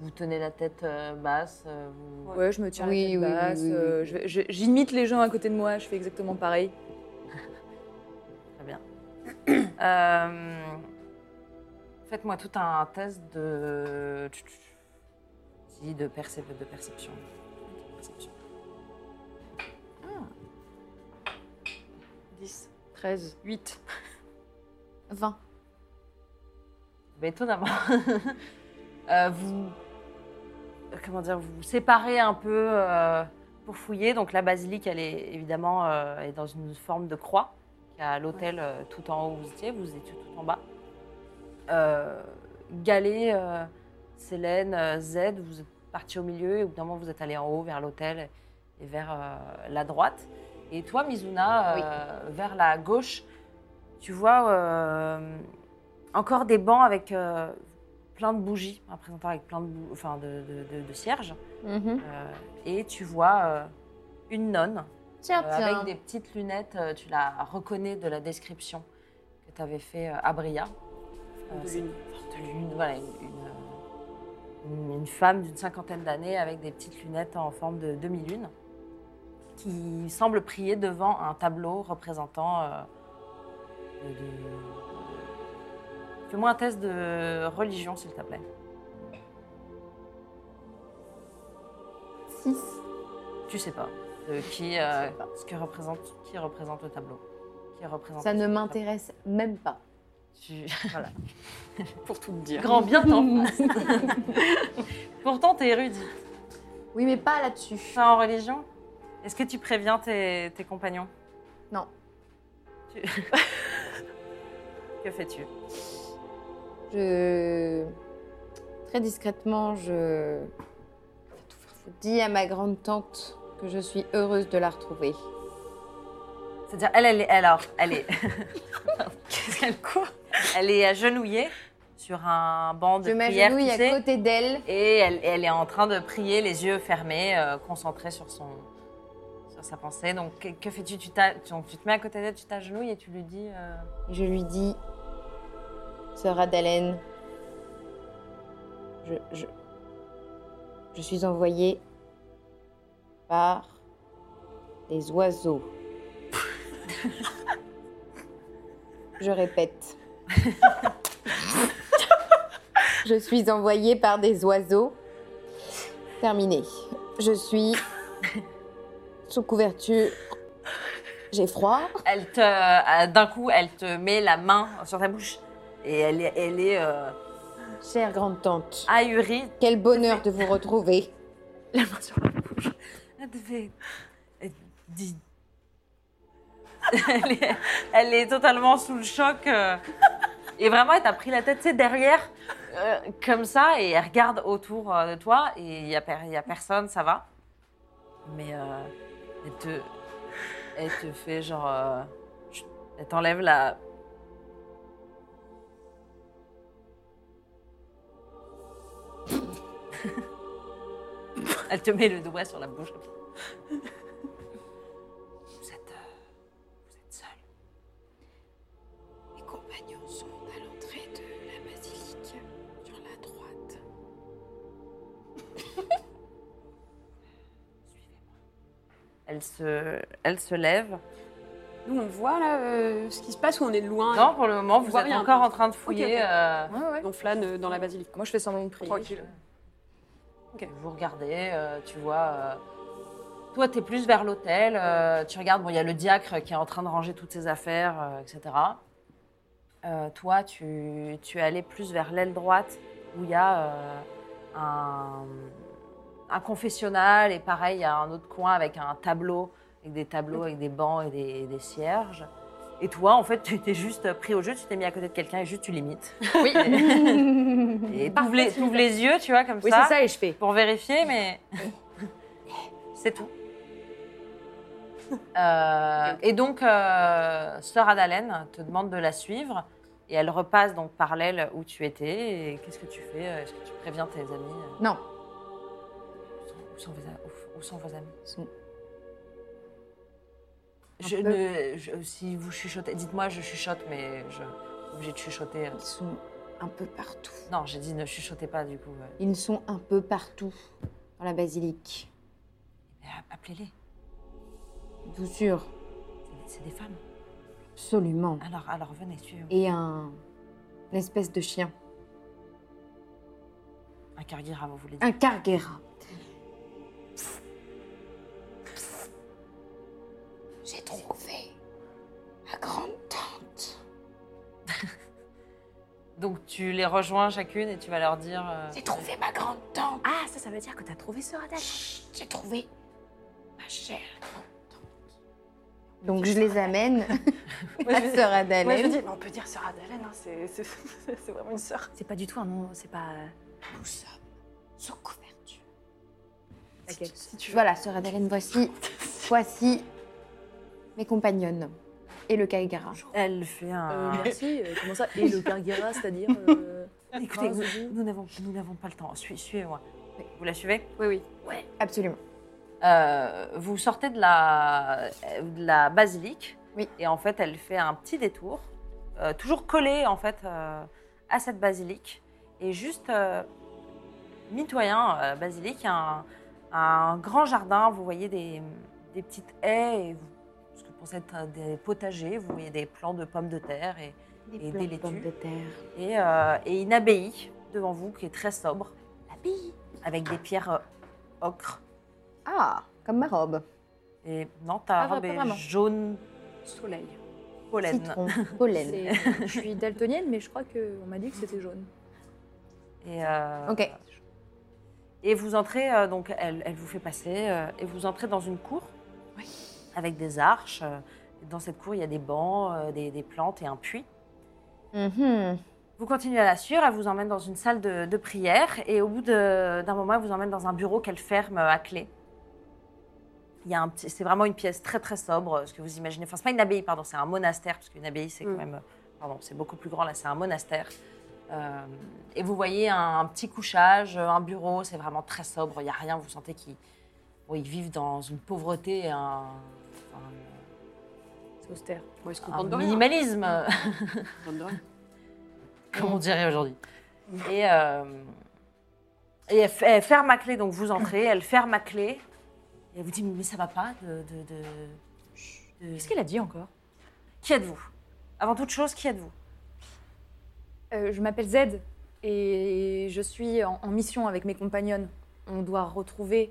vous tenez la tête euh, basse, euh, vous...
Ouais, je me tiens
Oui,
la
oui,
tête basse,
oui, oui,
euh,
oui.
je vais- je- j'imite les gens à côté de moi, je fais exactement pareil.
Très bien. Euh, Faites-moi tout un test de. si, de, percep- de perception. Perception.
10,
13.
8.
20.
Mais Bah, étonnamment, euh, vous. euh, Comment dire Vous vous séparez un peu euh, pour fouiller. Donc la basilique, elle est évidemment euh, est dans une forme de croix. Il y a l'hôtel euh, tout en haut où vous étiez, vous étiez tout en bas. Euh, Galet, euh, Célène, euh, Z, vous êtes parti au milieu et au bout d'un moment, vous êtes allé en haut vers l'hôtel et vers euh, la droite. Et toi, Mizuna, euh, vers la gauche, tu vois euh, encore des bancs avec euh, plein de bougies, un présentoir avec plein de, bou- enfin, de, de- de- de cierges.
Mhm.
Euh, et tu vois euh, une nonne
Tiens,
euh,
Ah, tiens.
avec des petites lunettes. euh, tu la reconnais de la description que tu avais fait euh, à Bria. Euh,
de
c'est
lune.
une forte lune, voilà, une, euh, une- une femme d'une cinquantaine d'années avec des petites lunettes en forme de demi-lune qui semble prier devant un tableau représentant. euh, de- de- Fais-moi un test de religion, s'il te plaît.
6.
Tu sais pas euh, qui, euh, ce que représente, qui représente le tableau. Qui représente
Ça ne
le tableau.
m'intéresse même pas.
Tu-
pour tout te dire.
Grand bien t'en fasse. Pourtant, t'es érudit.
Oui, mais pas là-dessus.
Ça en religion Est-ce que tu préviens tes, tes compagnons
Non.
Tu- que fais-tu
Je. Très discrètement, je. je dis à ma grande tante que je suis heureuse de la retrouver.
C'est-à-dire, elle, elle est. Alors, elle est. Qu'est-ce qu'elle court Elle est agenouillée sur un banc de
Je
prière,
m'agenouille
tu
à
sais,
côté d'elle.
et elle, elle est en train de prier, les yeux fermés, euh, concentrée sur son sur sa pensée. Donc, que, que fais-tu tu, t'as- donc, tu te mets à côté d'elle, tu t'agenouilles et tu lui dis. euh,
Et je lui dis Sœur Adalène, je, je, je suis envoyée par les oiseaux. je répète. je suis envoyée par des oiseaux. Terminé. Je suis sous couverture. J'ai froid.
elle te, euh, d'un coup, elle te met la main sur ta bouche et elle est, elle est euh,
Chère grande-tante.
ahurie.
Quel bonheur de vous retrouver.
Elle te fait- elle dit- elle, est, elle est totalement sous le choc. euh, et vraiment, elle t'a pris la tête, tu sais, derrière, euh, comme ça, et elle regarde autour euh, de toi, et il n'y a, per- il y a personne, ça va. Mais euh, elle, te, elle te fait genre. euh, chut, elle t'enlève la. Elle te met le doigt sur la bouche. comme ça. Vous êtes, euh, vous êtes seul.
Mes compagnons sont à l'entrée de la basilique, sur la droite.
Elle se, elle se lève.
Nous, on voit là euh, ce qui se passe ou on est de loin
Non, pour le moment,
On
vous
voit
êtes
rien.
encore en train de fouiller.
Ok, ok.
euh,
et On flâne euh, dans la basilique.
Moi, je fais semblant de prier.
Tranquille.
Vous regardez, euh, tu vois. euh, toi, t'es plus vers l'hôtel. euh, tu regardes, bon, il y a le diacre qui est en train de ranger toutes ses affaires, euh, etc. Euh, toi, tu, tu es allé plus vers l'aile droite où il y a euh, un, un confessionnal et pareil, il y a un autre coin avec un tableau, avec des tableaux, avec des bancs et des, des cierges. Et toi, en fait, tu t'es juste pris au jeu, tu t'es mis à côté de quelqu'un et juste tu l'imites. Oui. et t'ouvres les, t'ouvres les yeux, tu vois, comme
Oui,
ça
c'est ça, et je fais.
pour vérifier, mais c'est tout. Euh, et donc, euh, sœur Adalène te demande de la suivre et elle repasse donc par l'aile où tu étais. Et qu'est-ce que tu fais Est-ce que tu préviens tes amis
Non.
Où sont, où sont vos, a- où- où sont vos amis
Ils sont-
Je
Un peu.
ne- je- Si vous chuchotez, dites-moi, je chuchote, mais je suis obligée de chuchoter.
Ils sont un peu partout.
Non, j'ai dit ne chuchotez pas du coup. euh.
Ils sont un peu partout dans la basilique.
Mais a- Appelez-les,
Tout sûr,
C'est- c'est des femmes.
absolument.
Alors, alors venez, suivez-moi.
Et un. une espèce de chien.
Un carguera, vous voulez dire.
Un carguera.
J'ai trouvé ma grande tante.
Donc tu les rejoins chacune et tu vas leur dire. euh,
J'ai trouvé ma grande tante.
Ah, ça, ça veut dire que t'as trouvé ce radar.
Chut, J'ai trouvé ma chère.
Donc je les amène
Moi,
à
je-
Sœur
moi, je
Adalène.
dis, mais on peut dire sœur Adalène, hein, c'est c'est- c'est vraiment une sœur.
C'est pas du tout un nom, c'est pas.
Nous sommes sous couverture.
Si tu veux.
Voilà, Sœur Adalène, voici. voici mes compagnonnes. Et le carguera.
Elle fait
Euh,
un.
merci. euh, comment ça Et le Carguera, c'est-à-dire. euh,
Écoutez,
phrase
nous-
de-
nous n'avons nous n'avons pas le temps. Suis- Suivez-moi. Vous la suivez
Oui, oui.
Absolument.
Euh, vous sortez de la, de la basilique.
Oui.
Et en fait, elle fait un petit détour, euh, toujours collée en fait euh, à cette basilique. Et juste euh, mitoyen euh, basilique, il y a un, un grand jardin. Vous voyez des, des petites haies, et vous- ce que vous pensez être des potagers. Vous voyez des plants de pommes de terre et, Et
plants
des
de pommes
laitues.
de terre.
et, euh, et une abbaye devant vous qui est très sobre. L'abbaye Avec des pierres euh, ocre.
Ah, comme ma robe.
Et non, ta
Ah,
robe
pas
est
vraiment.
jaune
Soleil.
pollen.
Citron, pollen.
C'est- Je suis daltonienne, mais je crois qu'on m'a dit que c'était jaune.
Et, euh,
Ok.
Et vous entrez, euh, donc elle, elle vous fait passer, euh, et vous entrez dans une cour avec des arches. euh, dans cette cour, il y a des bancs, euh, des, des plantes et un puits.
Mhm.
Vous continuez à la suivre, elle vous emmène dans une salle de, de prière, et au bout de- d'un moment, elle vous emmène dans un bureau qu'elle ferme euh, à clé. Il y a un petit, c'est vraiment une pièce très très sobre, euh, ce que vous imaginez. Enfin, c'est pas une abbaye, pardon, c'est un monastère, parce qu'une abbaye, c'est
Mm.
quand même, euh, pardon, c'est beaucoup plus grand là, c'est un monastère. Euh, et vous voyez un, un petit couchage, euh, un bureau, c'est vraiment très sobre, il y a rien, vous sentez qu'ils bon, ils vivent dans une pauvreté, et un, un-
C'est austère.
Bon, ils se
un
contentent de rien.
minimalisme.
Ils se contentent de rien.
comme on dirait aujourd'hui. Et, euh, et elle, f- elle ferme à clé, donc vous entrez, elle ferme à clé, et elle vous dit Mais ça va pas de. de, de- de-
qu'elle a dit encore
Qui êtes-vous Avant toute chose, qui êtes-vous
Euh, je m'appelle Z et je suis en, en mission avec mes compagnons. On doit retrouver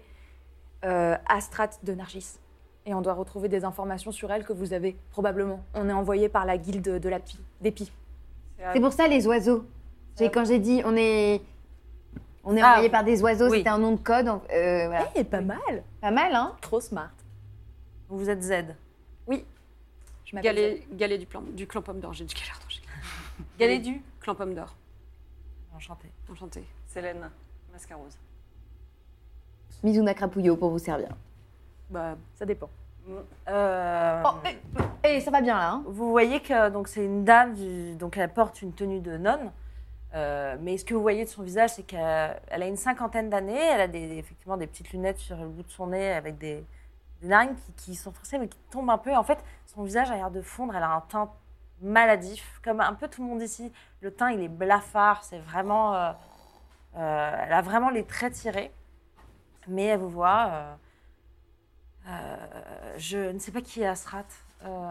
euh, Astrat de Nargis. Et on doit retrouver des informations sur elle que vous avez probablement. On est envoyé par la guilde de la pi, des pies.
C'est pour ça les oiseaux. J'ai- Quand j'ai dit on est on est
Ah,
envoyé par des oiseaux,
oui.
c'était un nom de code. en- euh, voilà.
Eh, pas mal
Pas mal, hein
Trop smart.
Vous êtes Z.
Je m'appelle
Galet, galet du, plan, du clan pomme d'or, j'ai dit galère d'or. j'ai dit.
Galédu
Clan pomme d'or,
Enchanté.
enchanté.
Célène Mascarose.
Mizuna Crapouillot pour vous servir.
Bah,
Z. Ça dépend.
Euh,
Oh, eh, eh, ça va bien là. hein
Vous voyez que euh, donc c'est une dame, du- donc elle porte une tenue de nonne. Euh, mais ce que vous voyez de son visage, c'est qu'elle elle a une cinquantaine d'années. Elle a des, effectivement des petites lunettes sur le bout de son nez avec des, des narines qui, qui sont forcées mais qui tombent un peu. En fait, son visage a l'air de fondre. Elle a un teint maladif, comme un peu tout le monde ici. Le teint, il est blafard. C'est vraiment. euh, euh, elle a vraiment les traits tirés. Mais elle vous voit. euh, euh, je ne sais pas qui est Asrat. Euh,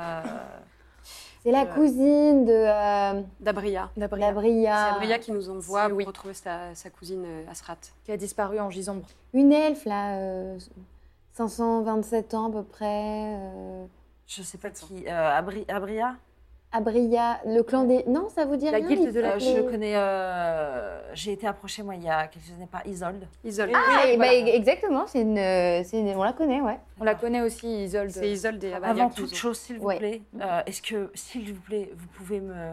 C'est la
Euh,
cousine de euh,
d'Abria.
la Bria.
C'est Abria qui nous envoie
Si, oui.
pour retrouver sa, sa cousine euh, Asrat.
Qui a disparu en gisombre.
Une elfe là, euh, 527 ans à peu près. euh,
Je sais pas qui. euh, Abri- Abria
Abria, le clan des. Non, ça vous dit
La
rien
guilde
il
de la-
Euh,
s'appelait-
Je connais. euh, J'ai été approchée, moi, il y a quelques années par Isolde.
Isolde.
Ah, eh ben, exactement, c'est une, euh, c'est une- on la connaît, ouais.
On la connaît aussi, Isolde.
C'est Isolde
Ah bah,
et Abria
Avant
qui nous
toute
ont-
chose, s'il vous
Ouais.
plaît, euh, est-ce que, s'il vous plaît, vous pouvez me.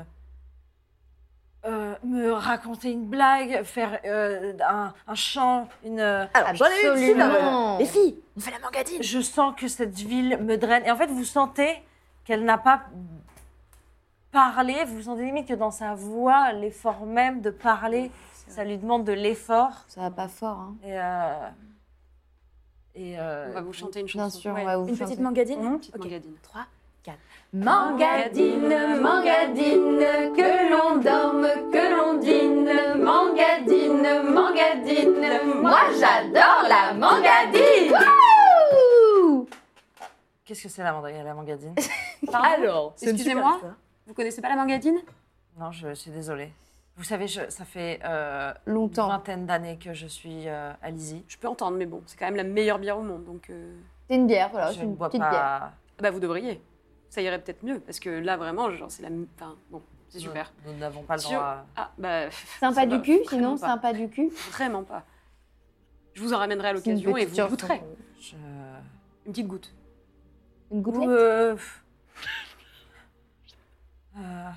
euh, me raconter une blague, faire euh, un, un chant, une. euh,
Alors, j'en ai une super.
Absolument.
Les filles, on fait la mangadine.
Je sens que cette ville me draine. Et en fait, vous sentez qu'elle n'a pas parlé. Vous sentez limite que dans sa voix, l'effort même de parler, ça lui demande de l'effort.
Ça va pas fort, hein.
Et. euh, et euh,
On va vous chanter une chanson.
Bien sûr,
Ouais.
on va vous
Une
chanter.
petite mangadine
Une petite mangadine.
Mangadine, mangadine, que l'on dorme, que l'on dîne. Mangadine, mangadine, moi j'adore la mangadine.
Qu'est-ce que c'est la, manga- la mangadine
Alors, excusez-moi, vous connaissez pas la mangadine
Non, je suis désolée. Vous savez, je- ça fait euh, une
Longtemps.
vingtaine d'années que je suis euh, à Lizy.
Je peux entendre, mais bon, c'est quand même la meilleure bière au monde, donc. euh,
C'est une bière,
je
voilà, Ah, c'est
ne
une
bois
petite
pas.
bière.
Bah, vous devriez. Ça irait peut-être mieux, parce que là, vraiment, genre, c'est la. m- Enfin, bon, c'est super.
Nous nous n'avons pas le
Sur-
droit. à-
Ah, bah.
Sympa
ça
du
va
cul,
vraiment
sinon,
pas.
sympa du cul.
Vraiment pas. Je vous en ramènerai à
C'est une
l'occasion et
petite
vous
chanson.
goûterez.
Je...
Une petite goutte.
Une
Vous,
gouttelette.
euh, pff. Euh,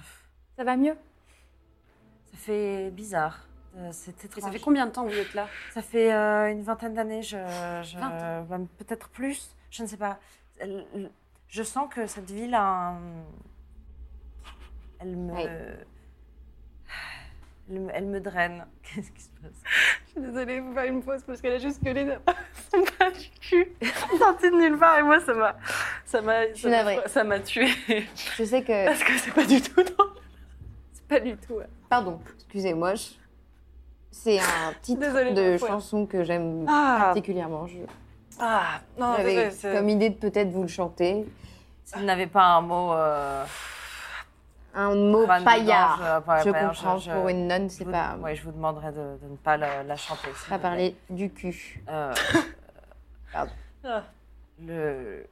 Ça va mieux
ça fait bizarre. Euh, C'est
Et
étrange.
ça fait combien de temps que vous êtes là
Ça fait euh, une vingtaine d'années, je, je-
Vingt.
même peut-être plus, je ne sais pas. Elle- elle- Je sens que cette ville a un... Elle me...
Oui.
Elle, me- elle me draine. Qu'est-ce qui se passe
Je suis désolée, faut faire une pause parce qu'elle a juste gueulé de son bas du cul. Sortie de nulle part et moi, ça m'a. Ça m'a.
suis
ça m'a-
navrée.
euh, Ça m'a tué.
Je sais que.
Parce que c'est pas du tout dans. C'est pas du tout.
Pardon, excusez-moi. je- C'est un titre
Désolée,
de
je vais
chanson que j'aime
Ah,
particulièrement. Je-
ah non,
J'avais
désolée. c'est-
comme idée de peut-être vous le chanter.
S'il n'avait pas un mot... Euh,
Un mot
crâne dedans,
paillard.
je- euh, pas-
Je
paillard,
comprends,
je-
pour une nonne,
je
c'est
vous-
pas.
ouais, je vous demanderai de, de ne pas la, la chanter. s'il
Pas
vous plaît.
parler du cul.
Euh,
Pardon.
Le...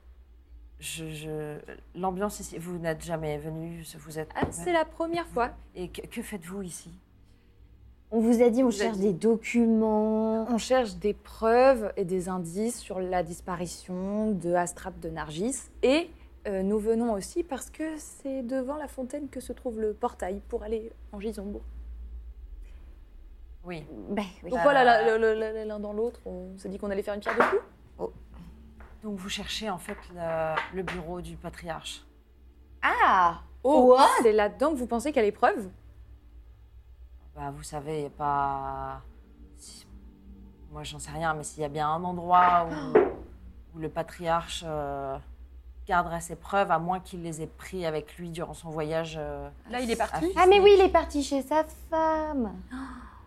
je, je- l'ambiance ici, vous n'êtes jamais venu, vous êtes.
Ah, c'est la première fois.
Et que, que faites-vous ici
On vous a dit, on cherche des documents.
On cherche des preuves et des indices sur la disparition de Astrap de Nargis. Et euh, nous venons aussi parce que c'est devant la fontaine que se trouve le portail pour aller en Gisombourg.
Oui. Bah,
Ben oui.
Donc voilà, la- la- la- la- l'un dans l'autre, on s'est dit qu'on allait faire une pierre de coups.
Donc vous cherchez en fait la- le bureau du patriarche.
Ah
Oh, c'est là-dedans que vous pensez qu'elle est preuve
Bah, vous savez pas. si- Moi, j'en sais rien, mais s'il y a bien un endroit où, où le patriarche euh, garderait ses preuves, à moins qu'il les ait pris avec lui durant son voyage. euh,
Là, il est parti.
à
Ah mais
Phoenix
oui, il est parti chez sa femme.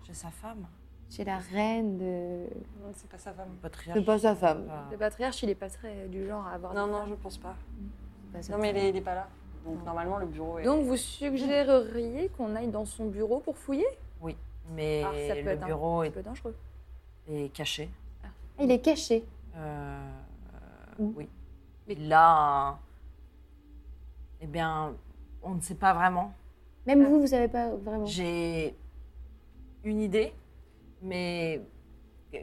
Chez sa femme.
Chez la reine de...
Non, c'est pas sa femme.
Le patriarche.
C'est pas sa femme.
euh,
Le patriarche, il est pas très euh, du genre à avoir.
Non, non, je pense pas.
C'est pas sa
Non, mais il
femme.
est, il est pas là. Donc normalement, le bureau est.
Donc vous suggéreriez qu'on aille dans son bureau pour fouiller
Mais
Ah, ça peut
le
être un
bureau
C'est un
est,
peu dangereux.
est caché.
Il est caché.
Euh,
Mm.
Oui. Mais là, euh, eh bien, on ne sait pas vraiment.
Même vous, vous savez pas vraiment.
J'ai une idée, mais euh,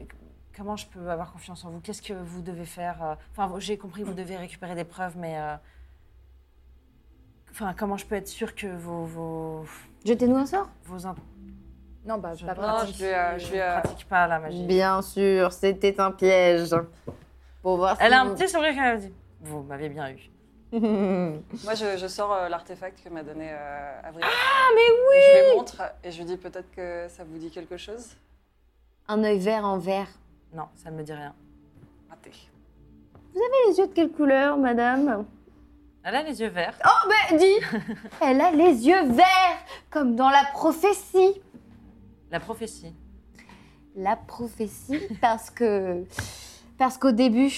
comment je peux avoir confiance en vous Qu'est-ce que vous devez faire euh, Enfin, vous- j'ai compris, vous devez récupérer des preuves, mais euh, enfin, comment je peux être sûre que vos vos
Jetez-nous un sort
vos imp-
Non, bah,
Je-
pas
Non,
pratique.
je vais, euh, je vais, euh,
pratiquent pas la magie
Bien sûr, c'était un piège. Pour voir si
Elle a un
vous-
petit sourire quand elle dit Vous m'avez bien eu.
Moi, je, je sors euh, l'artefact que m'a donné euh, Avril. Ah, mais oui Je lui montre et je lui dis peut-être que ça vous dit quelque chose.
un œil vert en vert.
Non, ça ne me dit rien.
Raté.
Les yeux de quelle couleur, madame
Elle a les yeux verts.
Oh, ben, dis Elle a les yeux verts, comme dans la prophétie.
La prophétie.
La prophétie, parce que... Parce qu'au début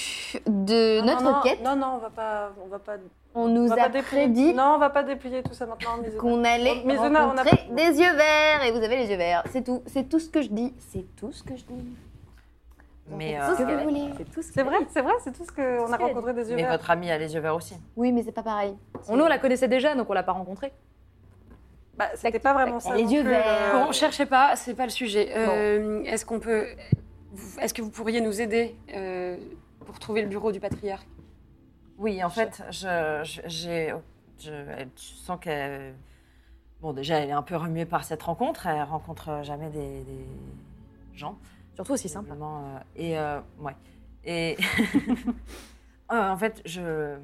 de
Non,
notre
Ah, non, non,
quête,
Non, non, on va pas. On va pas
on nous
on va pas
a
déplier-
prédit
Non, on va pas déplier tout ça maintenant. mais-
qu'on allait
Mais Zona, on a-
rencontrer des yeux verts et vous avez les yeux verts. C'est tout, c'est tout ce que je dis, c'est tout ce que je dis.
Mais,
C'est tout ce
euh,
que vous voulez.
C'est tout ce
C'est vrai, c'est vrai, c'est tout ce qu'on a
qu'elle a
rencontré des yeux
mais
verts.
votre ami a les yeux verts aussi.
Oui, mais c'est pas pareil.
On, nous, on la connaissait déjà, donc on l'a pas rencontrée.
Bah, c'était pas vraiment ça.
Les
non
yeux
plus,
verts.
euh,
Bon,
on
on
cherche.
cherchez pas, c'est pas le sujet. Euh, Est-ce qu'on peut, vous- est-ce que vous pourriez nous aider euh, pour trouver le bureau du patriarche
Oui, en fait, je, je- j'ai, je, elle- je sens qu'elle. Bon, déjà, elle est un peu remuée par cette rencontre. Elle rencontre jamais des, des gens.
Surtout aussi simple.
Simplement. euh, et. euh, ouais. Et. Euh, en fait, je.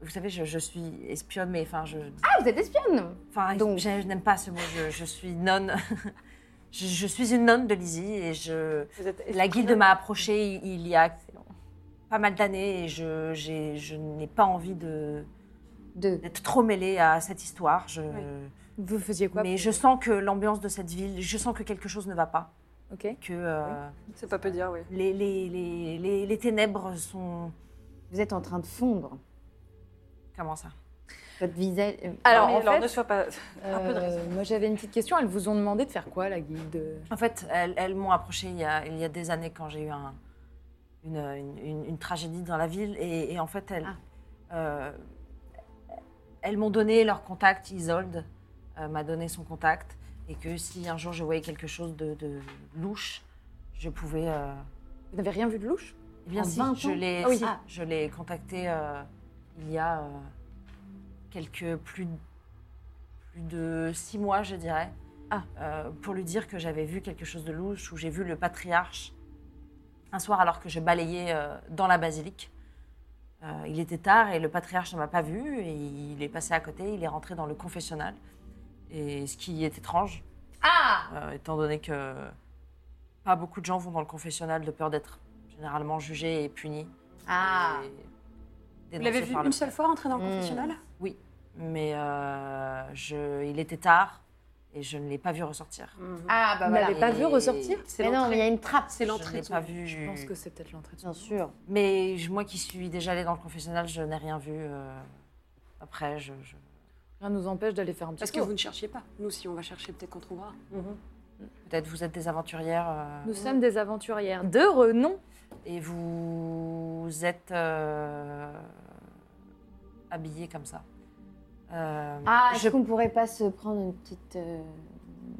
Vous savez, je, je suis espionne, mais enfin, je.
Ah, vous êtes espionne
Enfin,
donc-
j'ai- je n'aime pas ce mot. Je, je suis nonne. je, je suis une nonne de Lizzie et je.
Vous êtes-
La guilde m'a approchée il y a pas mal d'années et je, j'ai- je n'ai pas envie de
Deux.
d'être trop mêlée à cette histoire. Je...
Vous faisiez quoi
Mais je sens que l'ambiance de cette ville, je sens que quelque chose ne va pas.
Ok.
Que euh,
C'est pas peu dire, oui.
les, les, les, les, les ténèbres sont.
Vous êtes en train de fondre.
Comment ça
Votre visage. euh,
Alors,
Mais
en fait,
ne sois pas.
euh,
un peu de raison.
moi j'avais une petite question. Elles vous ont demandé de faire quoi, la guilde
En fait, elles, elles m'ont approchée il y, a, il y a des années quand j'ai eu un- une, une- une- une tragédie dans la ville. Et, et en fait, elles, euh, elles m'ont donné leur contact. Isolde euh, m'a donné son contact. Et que si un jour je voyais quelque chose de, de louche, je pouvais. euh,
Vous n'avez rien vu de louche
Eh bien,
En
si,
20
je
ans
l'ai
Ah oui.
si,
Ah.
je l'ai contacté euh, il y a euh, quelques plus, plus de six mois, je dirais,
Ah.
euh, pour lui dire que j'avais vu quelque chose de louche, où j'ai vu le patriarche un soir alors que je balayais euh, dans la basilique. Euh, il était tard et le patriarche ne m'a pas vu et il est passé à côté, il est rentré dans le confessionnal. Et ce qui est étrange, euh, étant donné que pas beaucoup de gens vont dans le confessionnal de peur d'être généralement jugés et punis.
Ah
et dénoncés
Vous l'avez vu
par le
une seule
prêtre.
fois rentrer dans le
Mm.
confessionnal
Mais euh, je, il était tard et je ne l'ai pas vu ressortir.
Ah, bah
Vous
voilà.
n'avez pas vu
Et-
ressortir
C'est
Mais non, mais il y
l'entrée.
a une trappe.
C'est l'entrée.
Je n'ai pas vu.
Je pense que c'est peut-être l'entrée.
Bien sûr.
Mais je- moi qui suis déjà allée dans le confessionnal, je n'ai rien vu. euh, Après, je, je-
Rien ne nous empêche d'aller faire un petit
Parce que
tour.
vous ne cherchiez pas. Nous, si on va chercher, peut-être qu'on trouvera.
peut-être vous êtes des aventurières euh,
Nous sommes des aventurières de renom.
et vous êtes euh, habillé comme ça. Euh,
Ah, est-ce
je-
qu'on pourrait pas se prendre une petite euh,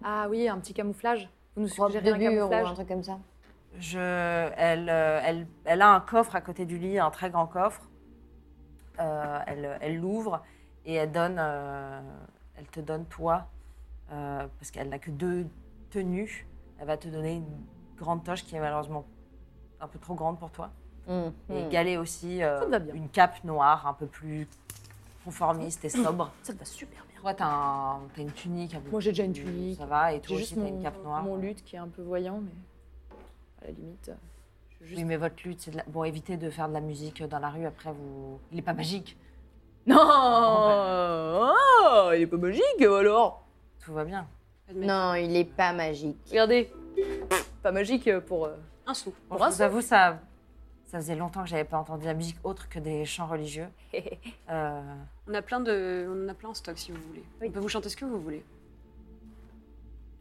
Ah oui, un petit camouflage. Vous nous
robe de
suggérez un
bure ou
camouflage
un truc comme ça
Je, elle, euh, elle, elle a un coffre à côté du lit, un très grand coffre. Euh, elle, elle l'ouvre et elle donne, euh, elle te donne toi, euh, parce qu'elle n'a que deux tenues. Elle va te donner une grande toche qui est malheureusement un peu trop grande pour toi.
Hum,
Et Galet aussi, euh,
Hmm. Ça te va bien.
une cape noire un peu plus conformiste et sobre.
Ça te va super bien.
Toi, t'as un- t'as une tunique. un peu
Moi, j'ai déjà une
plus-
tunique.
Ça va, et toi
J'ai
aussi,
juste
t'as
mon,
une cape noire.
mon lutte qui est un peu voyant, mais à la limite. euh, je suis
Oui,
juste-
mais votre lutte, c'est de la... bon, évitez de faire de la musique dans la rue. Après, vous, il est pas magique.
Non Oh, Il est pas magique alors
Tout va bien.
hum. Non, il est pas magique.
Regardez Pas magique euh, pour. euh,
Un sou.
Pour
je
un
vous
sou.
avoue, ça, ça faisait longtemps que j'avais pas entendu la musique autre que des chants religieux. Euh,
On a plein de, on en a plein en stock si vous voulez. On peut vous chanter ce que vous voulez,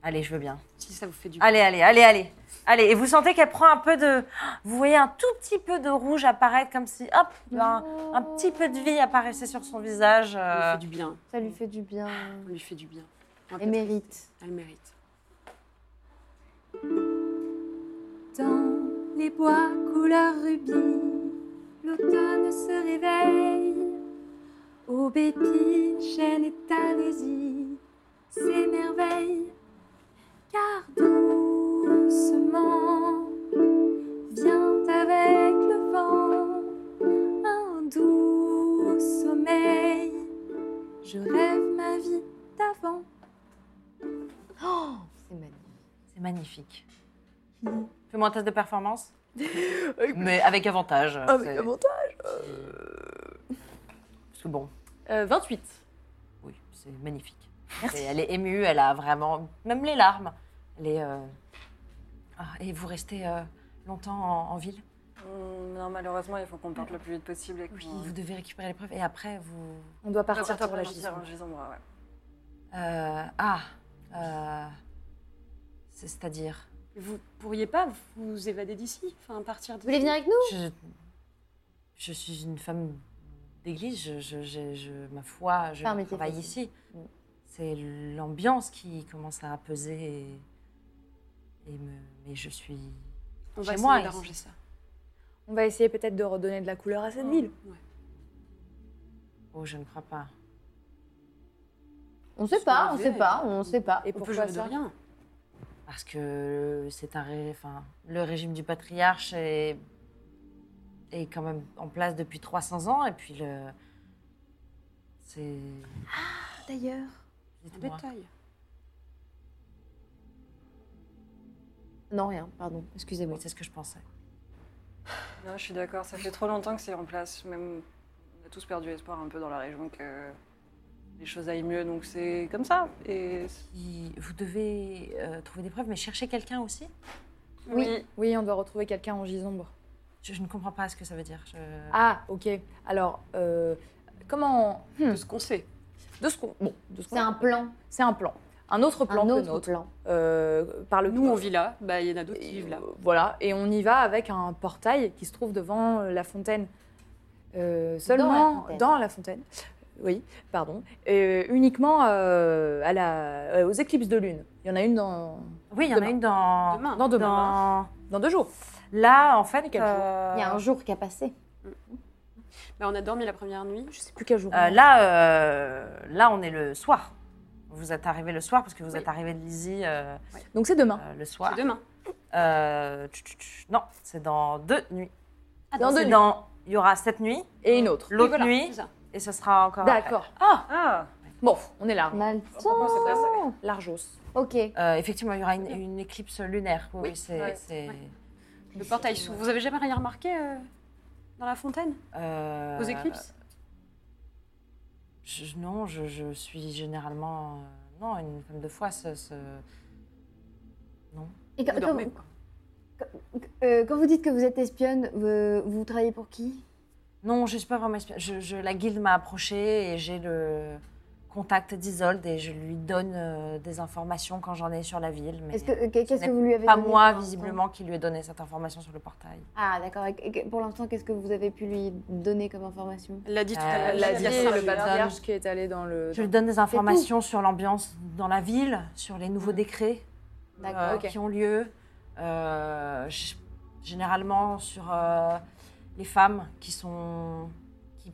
Allez, je veux bien.
si ça vous fait du.
Allez, allez, allez, allez. Allez, et vous sentez qu'elle prend un peu de. Vous voyez un tout petit peu de rouge apparaître, comme si, hop, un, un petit peu de vie apparaissait sur son visage.
Ça lui
euh,
fait du bien.
Ça lui fait du bien.
On lui fait du bien. On va
Elle
peut-être-
mérite.
Elle mérite.
Dans les bois couleur rubis, l'automne se réveille. Aubépine, chêne et tanaisie s'émerveillent. Car doucement vient avec le vent un doux sommeil. Je rêve ma vie d'avant.
Oh, c'est magnifique.
C'est magnifique. Fais-moi un test de performance. Mais avec avantage.
Ah,
Avec
c'est-
euh,
avantage
Parce que bon,
Euh, 28.
oui, c'est magnifique. Et elle est émue, elle a vraiment. Même les larmes. Elle est. euh, ah, et vous restez euh, longtemps en, en ville
Hum, Non, malheureusement, il faut qu'on parte le plus vite possible. Et
Oui,
qu'on-
vous devez récupérer les preuves et après vous.
On doit
On va
partir
partir
pour la
partir
Gisons.
en Gisombrand, ouais.
Euh, ah euh, c'est- C'est-à-dire.
Vous pourriez pas vous évader d'ici, enfin partir
Vous voulez
d'ici.
venir avec nous
Je, je suis une femme d'église, je, je- je- je- ma foi, je
Pas un métier
travaille
facile.
ici. C'est l'ambiance qui commence à peser et, et me- mais je suis
On
chez
va
moi.
essayer
ici.
d'arranger ça.
On va essayer peut-être de redonner de la couleur à cette ville.
Ouais.
Oh, je ne crois pas.
On sait
qu'on
pas,
le
on sait
verrait.
pas, on sait pas.
Et
On peut
pourquoi
jouer de
ça
rien.
Parce que c'est un ré- enfin, le régime du patriarche est, est quand même en place depuis 300 ans. Et puis, le, c'est.
D'ailleurs.
Un
dites-moi.
détail.
Non, rien, pardon, excusez-moi.
Oui, c'est ce que je pensais.
Non, je suis d'accord, ça fait trop longtemps que c'est en place. Même, on a tous perdu espoir un peu dans la région que les choses aillent mieux, donc c'est comme ça. Et
Il- vous devez euh, trouver des preuves, mais chercher quelqu'un aussi
Oui. Oui, on doit retrouver quelqu'un en gisombre.
je, je ne comprends pas ce que ça veut dire. je-
Ah, ok. Alors, euh, comment.
De ce qu'on sait.
De ce qu'on. Bon, de ce qu'on-
C'est un plan,
C'est un plan. Un autre plan
un
que le
autre
nôtre.
plan.
Euh, par le Euh,
Nous on vit là, bah il y en a d'autres qui vivent là.
Voilà, et on y va avec un portail qui se trouve devant la fontaine. Euh,
Dans la
seulement
fontaine.
dans la fontaine. Oui, pardon. Euh, uniquement euh, à la, euh, aux éclipses de lune. Il y en a une dans,
Oui, il y en a
demain.
une Euh, dans.
Demain.
dans deux mois.
dans-
Dans deux jours.
Là, en fait.
Quel jour
euh,
Il y a un jour qui a passé.
Bah, on a dormi la première nuit.
Je sais plus quel jour.
Euh, là, euh, là, on est le soir. Vous êtes arrivé le soir parce que vous êtes arrivé de Lizzie euh,
Donc c'est demain.
euh, le soir.
C'est demain.
Euh, tch, tch, tch, non, c'est dans deux nuits.
dans
C'est
deux nuits.
dans- Il y aura cette nuit,
Et une autre.
l'autre
Voilà,
nuit,
c'est ça.
et ce sera encore.
D'accord.
après.
ah,
Bon, on est là.
On a le
moi, c'est pas ça.
temps.
L'argos.
Ok.
Euh, effectivement, il y aura une, une éclipse lunaire. Oui, oui, c'est.
ouais,
c'est-
ouais. Le portail s'ouvre. Vous avez jamais rien remarqué euh, dans la fontaine
euh,
Aux éclipses
je- Non, je, je suis généralement. euh, non, une femme de foi, ce. ce- Non.
Et quand,
Vous dormez,
quand- quand- euh, quand vous dites que vous êtes espionne, vous, vous travaillez pour qui
Non, je suis pas vraiment espion- Je, je- la guilde m'a approchée et j'ai le contact d'Isolde et je lui donne euh, des informations quand j'en ai sur la ville. mais
Est-ce que- ok, qu'est-ce
ce n'est
que vous lui avez
Pas
donné
moi,
pour l'instant
visiblement, qui lui ai donné cette information sur le portail.
Ah, d'accord. Et- et- Pour l'instant, qu'est-ce que vous avez pu lui donner comme information
Elle l'a dit
Euh,
La
je
vierge,
lui
le
donne-
vierge qui est allée dans le.
Je lui donne des
C'est tout.
informations sur l'ambiance dans la ville, sur les
Mm.
nouveaux décrets euh,
ok.
qui ont lieu, euh, g- généralement sur euh, les femmes qui sont qui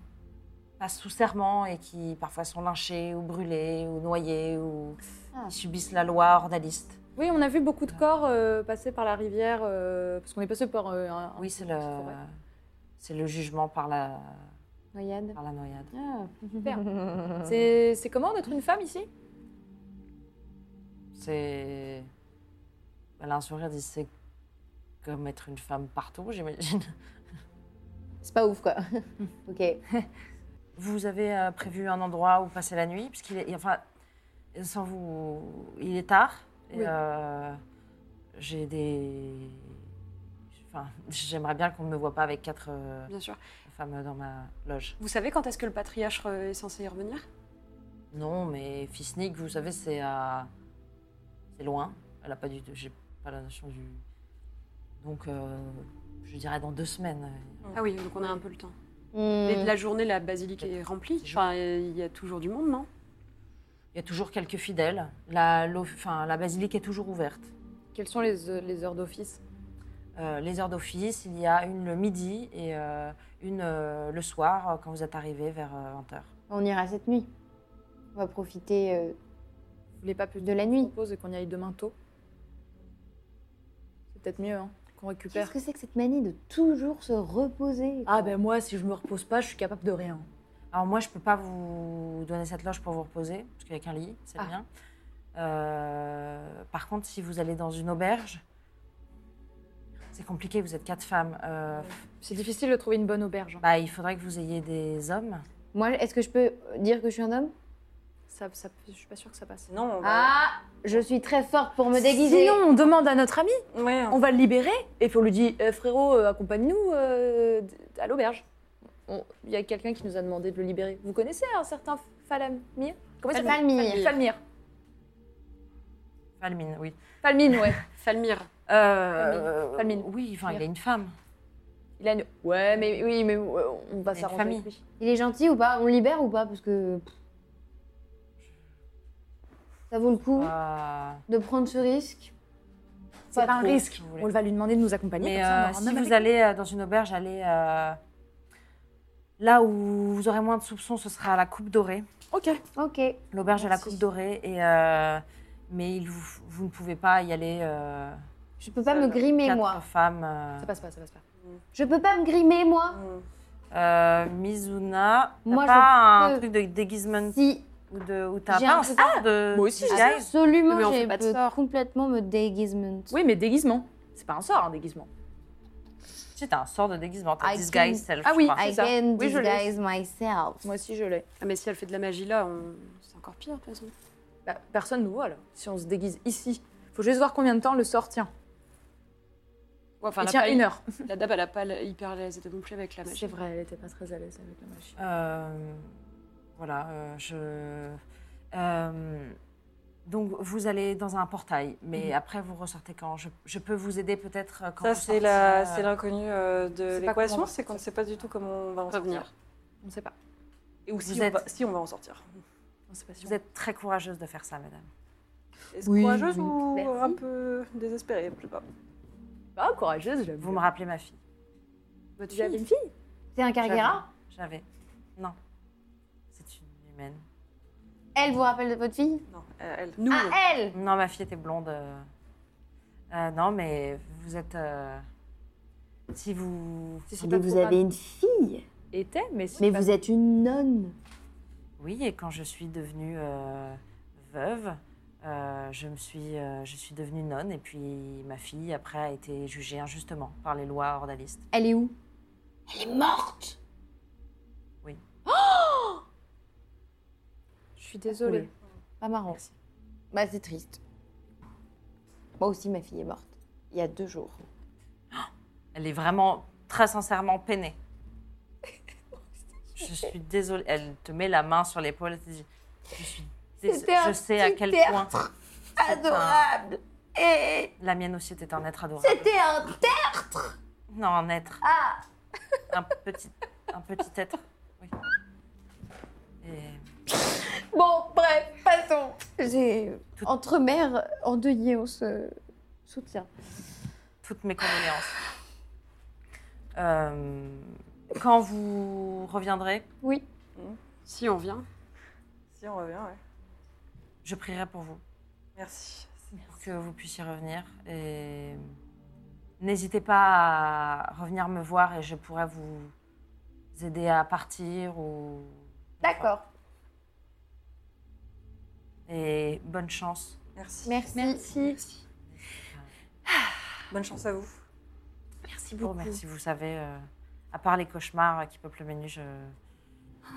passent sous serment et qui parfois sont lynchées ou brûlées ou noyées ou
Ah.
qui subissent la loi ordaliste.
Oui, on a vu beaucoup de corps euh, passer par la rivière euh, parce qu'on est passé par. euh,
Ah,
un-
Oui, c'est le c'est le jugement par la
Noyade.
par la noyade.
Ah,
super.
Mm.
C'est c'est comment d'être une femme ici
C'est elle a un sourire dit c'est comme être une femme partout, j'imagine.
C'est pas ouf, quoi. ok.
Vous avez euh, prévu un endroit où passer la nuit, puisqu'il est, enfin, sans vous, il est tard. et,
Oui.
euh, J'ai des, enfin, j'aimerais bien qu'on ne me voit pas avec quatre euh,
Bien sûr.
femmes dans ma loge.
Vous savez quand est-ce que le patriarche euh, est censé y revenir
Non, mais Fisnik, vous savez, c'est à, c'est loin. Elle a pas du, j'ai pas la notion du, donc euh, je dirais dans deux semaines.
Ah oui, donc on a un peu le temps.
Mais
de la journée, la basilique est remplie. Enfin, il y a toujours du monde, non
Il y a toujours quelques fidèles. La, l'o- enfin, la basilique est toujours ouverte.
Quelles sont les, euh, les heures d'office
Euh, les heures d'office, il y a une le midi et euh, une euh, le soir euh, quand vous êtes arrivé vers euh, 20h.
On ira cette nuit. On va profiter euh,
Vous voulez pas plus
de la nuit.
propose qu'on y aille demain tôt C'est peut-être mieux, hein, qu'on récupère.
Qu'est-ce que c'est que cette manie de toujours se reposer
Ah ben moi, si je me repose pas, je suis capable de rien.
Alors moi, je peux pas vous donner cette loge pour vous reposer, parce qu'il n'y a qu'un lit, c'est
Ah.
bien. Euh, par contre, si vous allez dans une auberge, c'est compliqué, vous êtes quatre femmes. Euh,
C'est difficile de trouver une bonne auberge. hein.
bah, il faudrait que vous ayez des hommes.
Moi, est-ce que je peux dire que je suis un homme
Ça, ça- je suis pas sûre que ça passe.
Non, on va-
Ah Je suis très forte pour me déguiser.
Sinon, on demande à notre ami,
Ouais,
on va le libérer, et puis on lui dit Eh, frérot, euh, accompagne-nous euh, d- à l'auberge. On- Il y a quelqu'un qui nous a demandé de le libérer. Vous connaissez un certain Falamir Comment il s'appelle
Falmir.
Falmir.
Falmine, oui.
Falmine, ouais.
Falmir.
Euh,
Falmine.
Oui, enfin, il y a une femme.
Il a une- Ouais, mais oui, mais ouais, on va
Il y a une
s'arranger
famille.
avec lui.
Il est gentil ou pas On le libère ou pas Parce que. pff. Ça vaut le coup
Euh,
de prendre ce risque.
C'est pas un
trop,
risque.
si vous voulez.
On va lui demander de nous accompagner.
Mais
comme ça, on
euh,
aura un
si
homme
vous
avec
allez euh, dans une auberge, allez euh, là où vous aurez moins de soupçons, ce sera à la Coupe Dorée.
nous. Ok.
Ok.
L'auberge à la
Merci.
Coupe Dorée. Et, euh, mais il vous, vous ne pouvez pas y aller. euh,
Je peux pas me grimer,
quatre
moi.
femmes. euh,
Ça passe pas, ça passe pas.
Je peux pas me grimer, moi
euh, Mizuna, t'as
Moi,
pas
je
un
peux.
truc de déguisement
Si,
ou de ou t'as
J'ai
pas
un
un
truc- Ah,
sort de
moi aussi, j'ai
DJI?
Mais
absolument,
on fait
j'ai
pas de
peux
sort.
complètement me déguisement.
Oui, mais déguisement. C'est pas un sort, un déguisement.
Si t'as un sort de déguisement, t'as
I
disguise
can-
self.
Ah
je
oui,
crois.
I
c'est ça.
can
Oui, je l'ai.
disguise myself.
Moi aussi, je l'ai.
Ah, mais si elle fait de la magie là, on- c'est encore pire, de toute façon.
Bah, personne nous voit, là. Si on se déguise ici, faut juste voir combien de temps le sort tient.
Ouais, enfin,
Il
la
tient
paille-
une heure.
La dame, elle a pas la- hyper à l'aise non plus avec la magie.
C'est vrai, elle était pas très à l'aise avec la magie.
Euh, voilà, euh, je. euh, donc, vous allez dans un portail, mais après, vous ressortez quand je, je peux vous aider peut-être euh, quand
Mhm. Ça,
vous
c'est la,
sortirez,
c'est
euh,
l'inconnu euh,
sait
de
pas comment on
l'équation,
va
c'est qu'on ne sait pas du tout comment on va en
Revenir.
sortir.
On sait pas.
Et ou si
Vous
on,
êtes-
va, si on va en sortir.
On sait pas si
Vous êtes très courageuse de faire ça, madame.
Est-ce
Oui,
courageuse
oui.
ou
Merci.
un peu désespérée, je sais pas.
on... Ah, courageuse, j'avoue.
Vous me rappelez ma fille.
Votre
J'avais
fille
une fille
C'est un Carguera
J'avais. Non. C'est une humaine.
Elle vous rappelle de votre fille
Non, euh, elle.
Nous,
Ah, elle
Non, ma fille était blonde. euh. Euh, non, mais vous êtes. euh, si vous.
Si c'est
Ah, Mais
pas
vous
trop grave.
avez une fille
Était, mais si.
Mais vous êtes une nonne
Oui, et quand je suis devenue euh, veuve, euh, je, me suis, euh, je suis devenue nonne, et puis ma fille, après, a été jugée injustement par les lois ordalistes.
Elle est où
Elle est morte
Je suis désolée.
Pas marrant. Bah, c'est triste. Moi aussi, ma fille est morte. Il y a deux jours.
Elle est vraiment, très sincèrement, peinée. Je suis désolée. Elle te met la main sur l'épaule et te dit Je, suis-
C'était un
je sais à
petit
quel
théâtre
point. c'est un-
Adorable. Et
La mienne aussi était un être adorable.
c'était un tertre.
Non, un être.
Ah
Un petit, un petit être. Oui. Et
Bon, bref, passons. J'ai entre mères endeuillées, on se soutient.
toutes mes condoléances. Euh, quand vous reviendrez,
Oui.
Si on vient.
Si on revient, ouais.
je prierai pour vous.
Merci.
pour que vous puissiez revenir. Et n'hésitez pas à revenir me voir et je pourrais vous aider à partir ou.
D'accord.
Et bonne chance.
Merci.
Merci. Merci.
Bonne chance à vous.
Merci beaucoup. merci, vous savez, euh, à part les cauchemars qui peuplent mes nuits, je...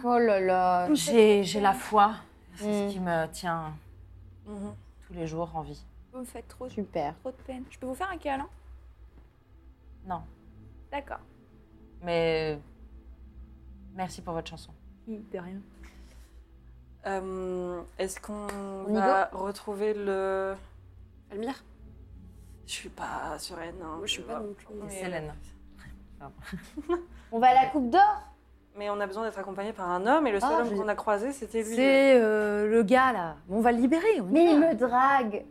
Oh là là.
j'ai j'ai la foi. C'est
Mm.
ce qui me tient
Mhm.
tous les jours en vie.
Vous me faites trop,
Super.
trop de peine. Je peux vous faire un câlin
Non.
D'accord.
Mais merci pour votre chanson.
De rien.
Euh, Est-ce qu'on
y
va retrouver le.
Almire
Je suis pas sereine. hein,
Moi, je suis pas
vois.
non plus.
Et
Mais-
Célène.
On va à la coupe d'or
Mais on a besoin d'être accompagné par un homme et le seul
Ah,
homme
je-
qu'on a croisé, c'était lui.
C'est euh, le gars là. Bon, on va le libérer. on y
Mais il
va.
me drague.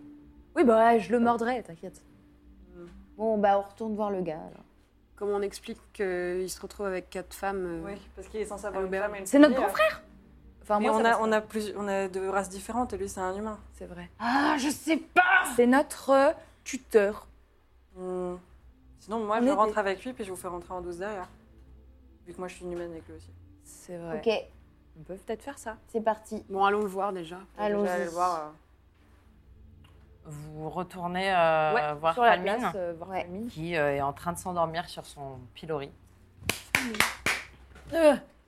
Oui, bah ouais, je le mordrai, t'inquiète.
Bon, bah on retourne voir le gars alors.
Comment on explique qu'il se retrouve avec quatre femmes euh,
Oui, parce qu'il est censé
Ah,
avoir une
Albert.
femme et une
C'est notre
fille,
grand
euh.
frère. Enfin,
Mais
moi,
on
ça
a,
va.
on, a plus, on a deux races différentes et lui, c'est un humain.
C'est vrai.
Ah, je sais pas
C'est notre euh, tuteur.
Hmm. Sinon, moi,
On
je
est
rentre
des-
avec lui puis je vous fais rentrer en douce derrière. Vu que moi, je suis une humaine avec lui aussi.
C'est vrai.
Ok,
On peut peut-être faire ça.
c'est parti.
Bon, allons le voir déjà.
Je vais aller
Allons-y.
le voir. euh.
Vous retournez euh,
Ouais,
voir
sur la
Palmine.
place, euh, voir
Ouais.
Palmine.
qui euh, est en train de s'endormir sur son pilori.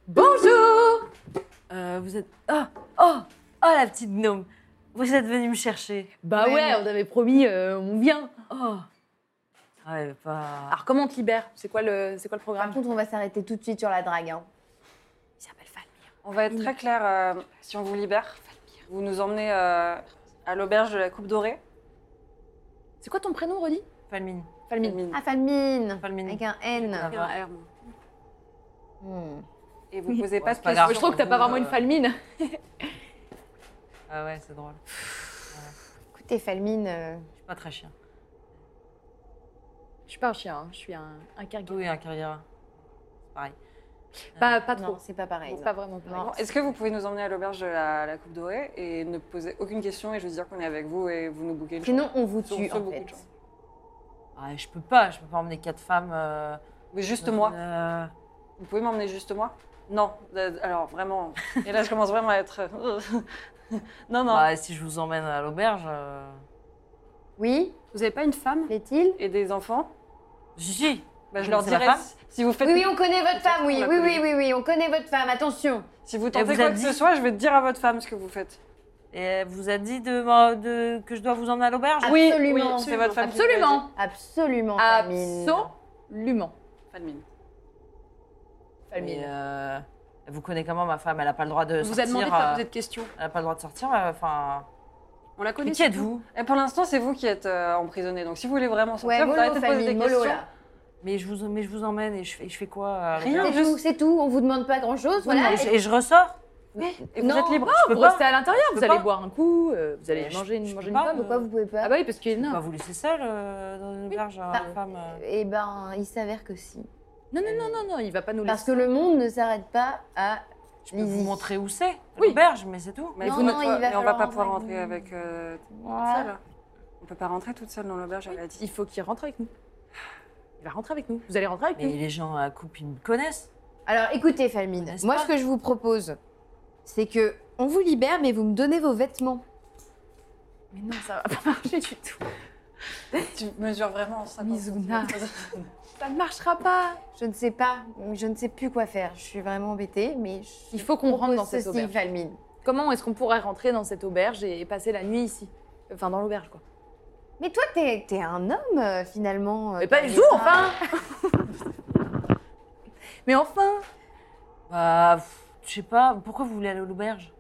Bonjour
Euh, vous êtes. Oh, oh, oh, la petite gnome. Vous êtes venue me chercher.
Bah ouais, on avait promis, euh, on vient.
Oh. Ah, elle est pas.
Alors comment on te libère C'est quoi le, c'est quoi le
Par
programme
contre, on va s'arrêter tout de suite sur la drague. hein.
On va être très clair. euh, si on vous libère, vous nous emmenez euh, à l'auberge de la Coupe Dorée.
C'est quoi ton prénom, Rodi
Palmine.
Palmine.
Ah, famine.
Mm.
Palmine. Ah,
Avec un
Ah.
N.
Il y a
Ah,
un R, moi.
Hmm.
Et vous posez pas
c'est
de
pas
questions.
grave.
Je trouve que t'as pas vraiment une Palmine.
Ah ouais, c'est drôle.
Écoutez, Falmine, euh,
Je suis pas très chien.
Je suis pas un chien, hein, je suis un, un carguin.
Oui, un carrière. Pareil.
Pas, pas
non,
trop.
c'est pas pareil.
C'est pas vraiment pareil.
Bon, Est-ce que vous pouvez nous emmener à l'auberge de la, la Coupe Dorée et ne poser aucune question et je veux dire qu'on est avec vous et vous nous bouquez une
Sinon, on vous
chambre
tue,
Sur- sur
en
beaucoup
fait.
de chambres.
Ah, je peux pas, je peux pas emmener quatre femmes. euh,
Mais juste
dans
moi.
une, euh,
Vous pouvez m'emmener juste moi Non. euh, Alors vraiment. Et là, je commence vraiment à être. euh, non, non.
bah, si je vous emmène à l'auberge. euh,
Oui,
Vous avez pas une femme
plaît-il
Et des enfants
Gigi
bah, Je
Mais
leur
c'est la
dirai
femme
si- si vous faites.
Oui, oui, on connaît votre femme, oui.
On la
Oui, oui,
connaît.
oui, oui, on connaît votre femme, attention.
Si vous
Elle
tentez
vous a
quoi que
dit
ce soit, je vais dire à votre femme ce que vous faites.
Et elle vous a dit de, m'a- de- que je dois vous emmener à l'auberge
Oui,
Oui,
absolument.
c'est votre femme. qui vous l'a
Absolument.
Absolument, Falmine.
Absolument.
dit. Pas de mine.
Ah,
Palmine.
Mais, euh, elle vous connaît comment, ma femme Elle a pas le droit de
On vous
sortir.
a demandé de faire
euh,
poser de questions.
Elle n'a pas le droit de sortir, euh, enfin.
On la
Mais
connaît.
qui êtes-vous
Et pour l'instant, c'est vous qui êtes euh, emprisonné. Donc si vous voulez vraiment sortir,
Ouais,
vous
mollo,
arrêtez de poser des
Falmine, mollo,
questions.
là.
mais je, vous, mais je vous emmène et je fais, je fais quoi euh, avec
Rien.
elle
C'est
juste-
tout, c'est tout. On vous demande pas grand-chose, voilà.
et, je, et je ressors
Et vous
Non.
êtes libre.
Je peux
Vous
pas.
restez à l'intérieur,
Je
vous
peux
allez
pas.
boire un coup, euh, vous allez
Je-
manger
je
une,
peux
manger une
pas,
pomme.
euh,
Pourquoi vous pouvez pas
Ah bah oui, parce qu'il est
Je peux pas
nain.
vous laisser seule euh, dans une auberge à
Bah,
une femme. euh.
Eh ben, il s'avère que si.
Non, non, non, non, non, il va pas nous
Parce
laisser.
que le monde ne s'arrête pas à
Je peux vous
Lizzie.
montrer où c'est,
Oui.
l'auberge, mais c'est tout.
Mais
Non,
vous
non,
ne
il
pouvez-
va
mais on va
falloir
pas pouvoir
envoyer-
rentrer avec euh,
Voilà.
seule. On peut pas rentrer toute seule dans l'auberge, elle a dit.
Il faut qu'il rentre avec nous. Il va rentrer avec nous. Vous allez rentrer avec
Mais
nous.
les gens à coupe, ils me connaissent.
Alors écoutez, Falmine,
N'est-ce
moi
pas
ce que je vous propose, c'est que on vous libère, mais vous me donnez vos vêtements.
Mais non, ça va pas marcher du tout.
Tu mesures vraiment 50 bah,
Mizuna. Ça ne marchera pas.
Je ne sais pas, je ne sais plus quoi faire. Je suis vraiment embêtée, mais je
Il faut qu'on
propose
rentre dans cette
ceci,
auberge.
Falmine.
Comment est-ce qu'on pourrait rentrer dans cette auberge et passer la nuit ici Enfin, dans l'auberge, quoi.
Mais toi, t'es es un homme euh, finalement. euh,
Mais pas
t'as
du
des
tout,
seins.
enfin Mais enfin
Bah, pff, je sais pas, pourquoi vous voulez aller à l'auberge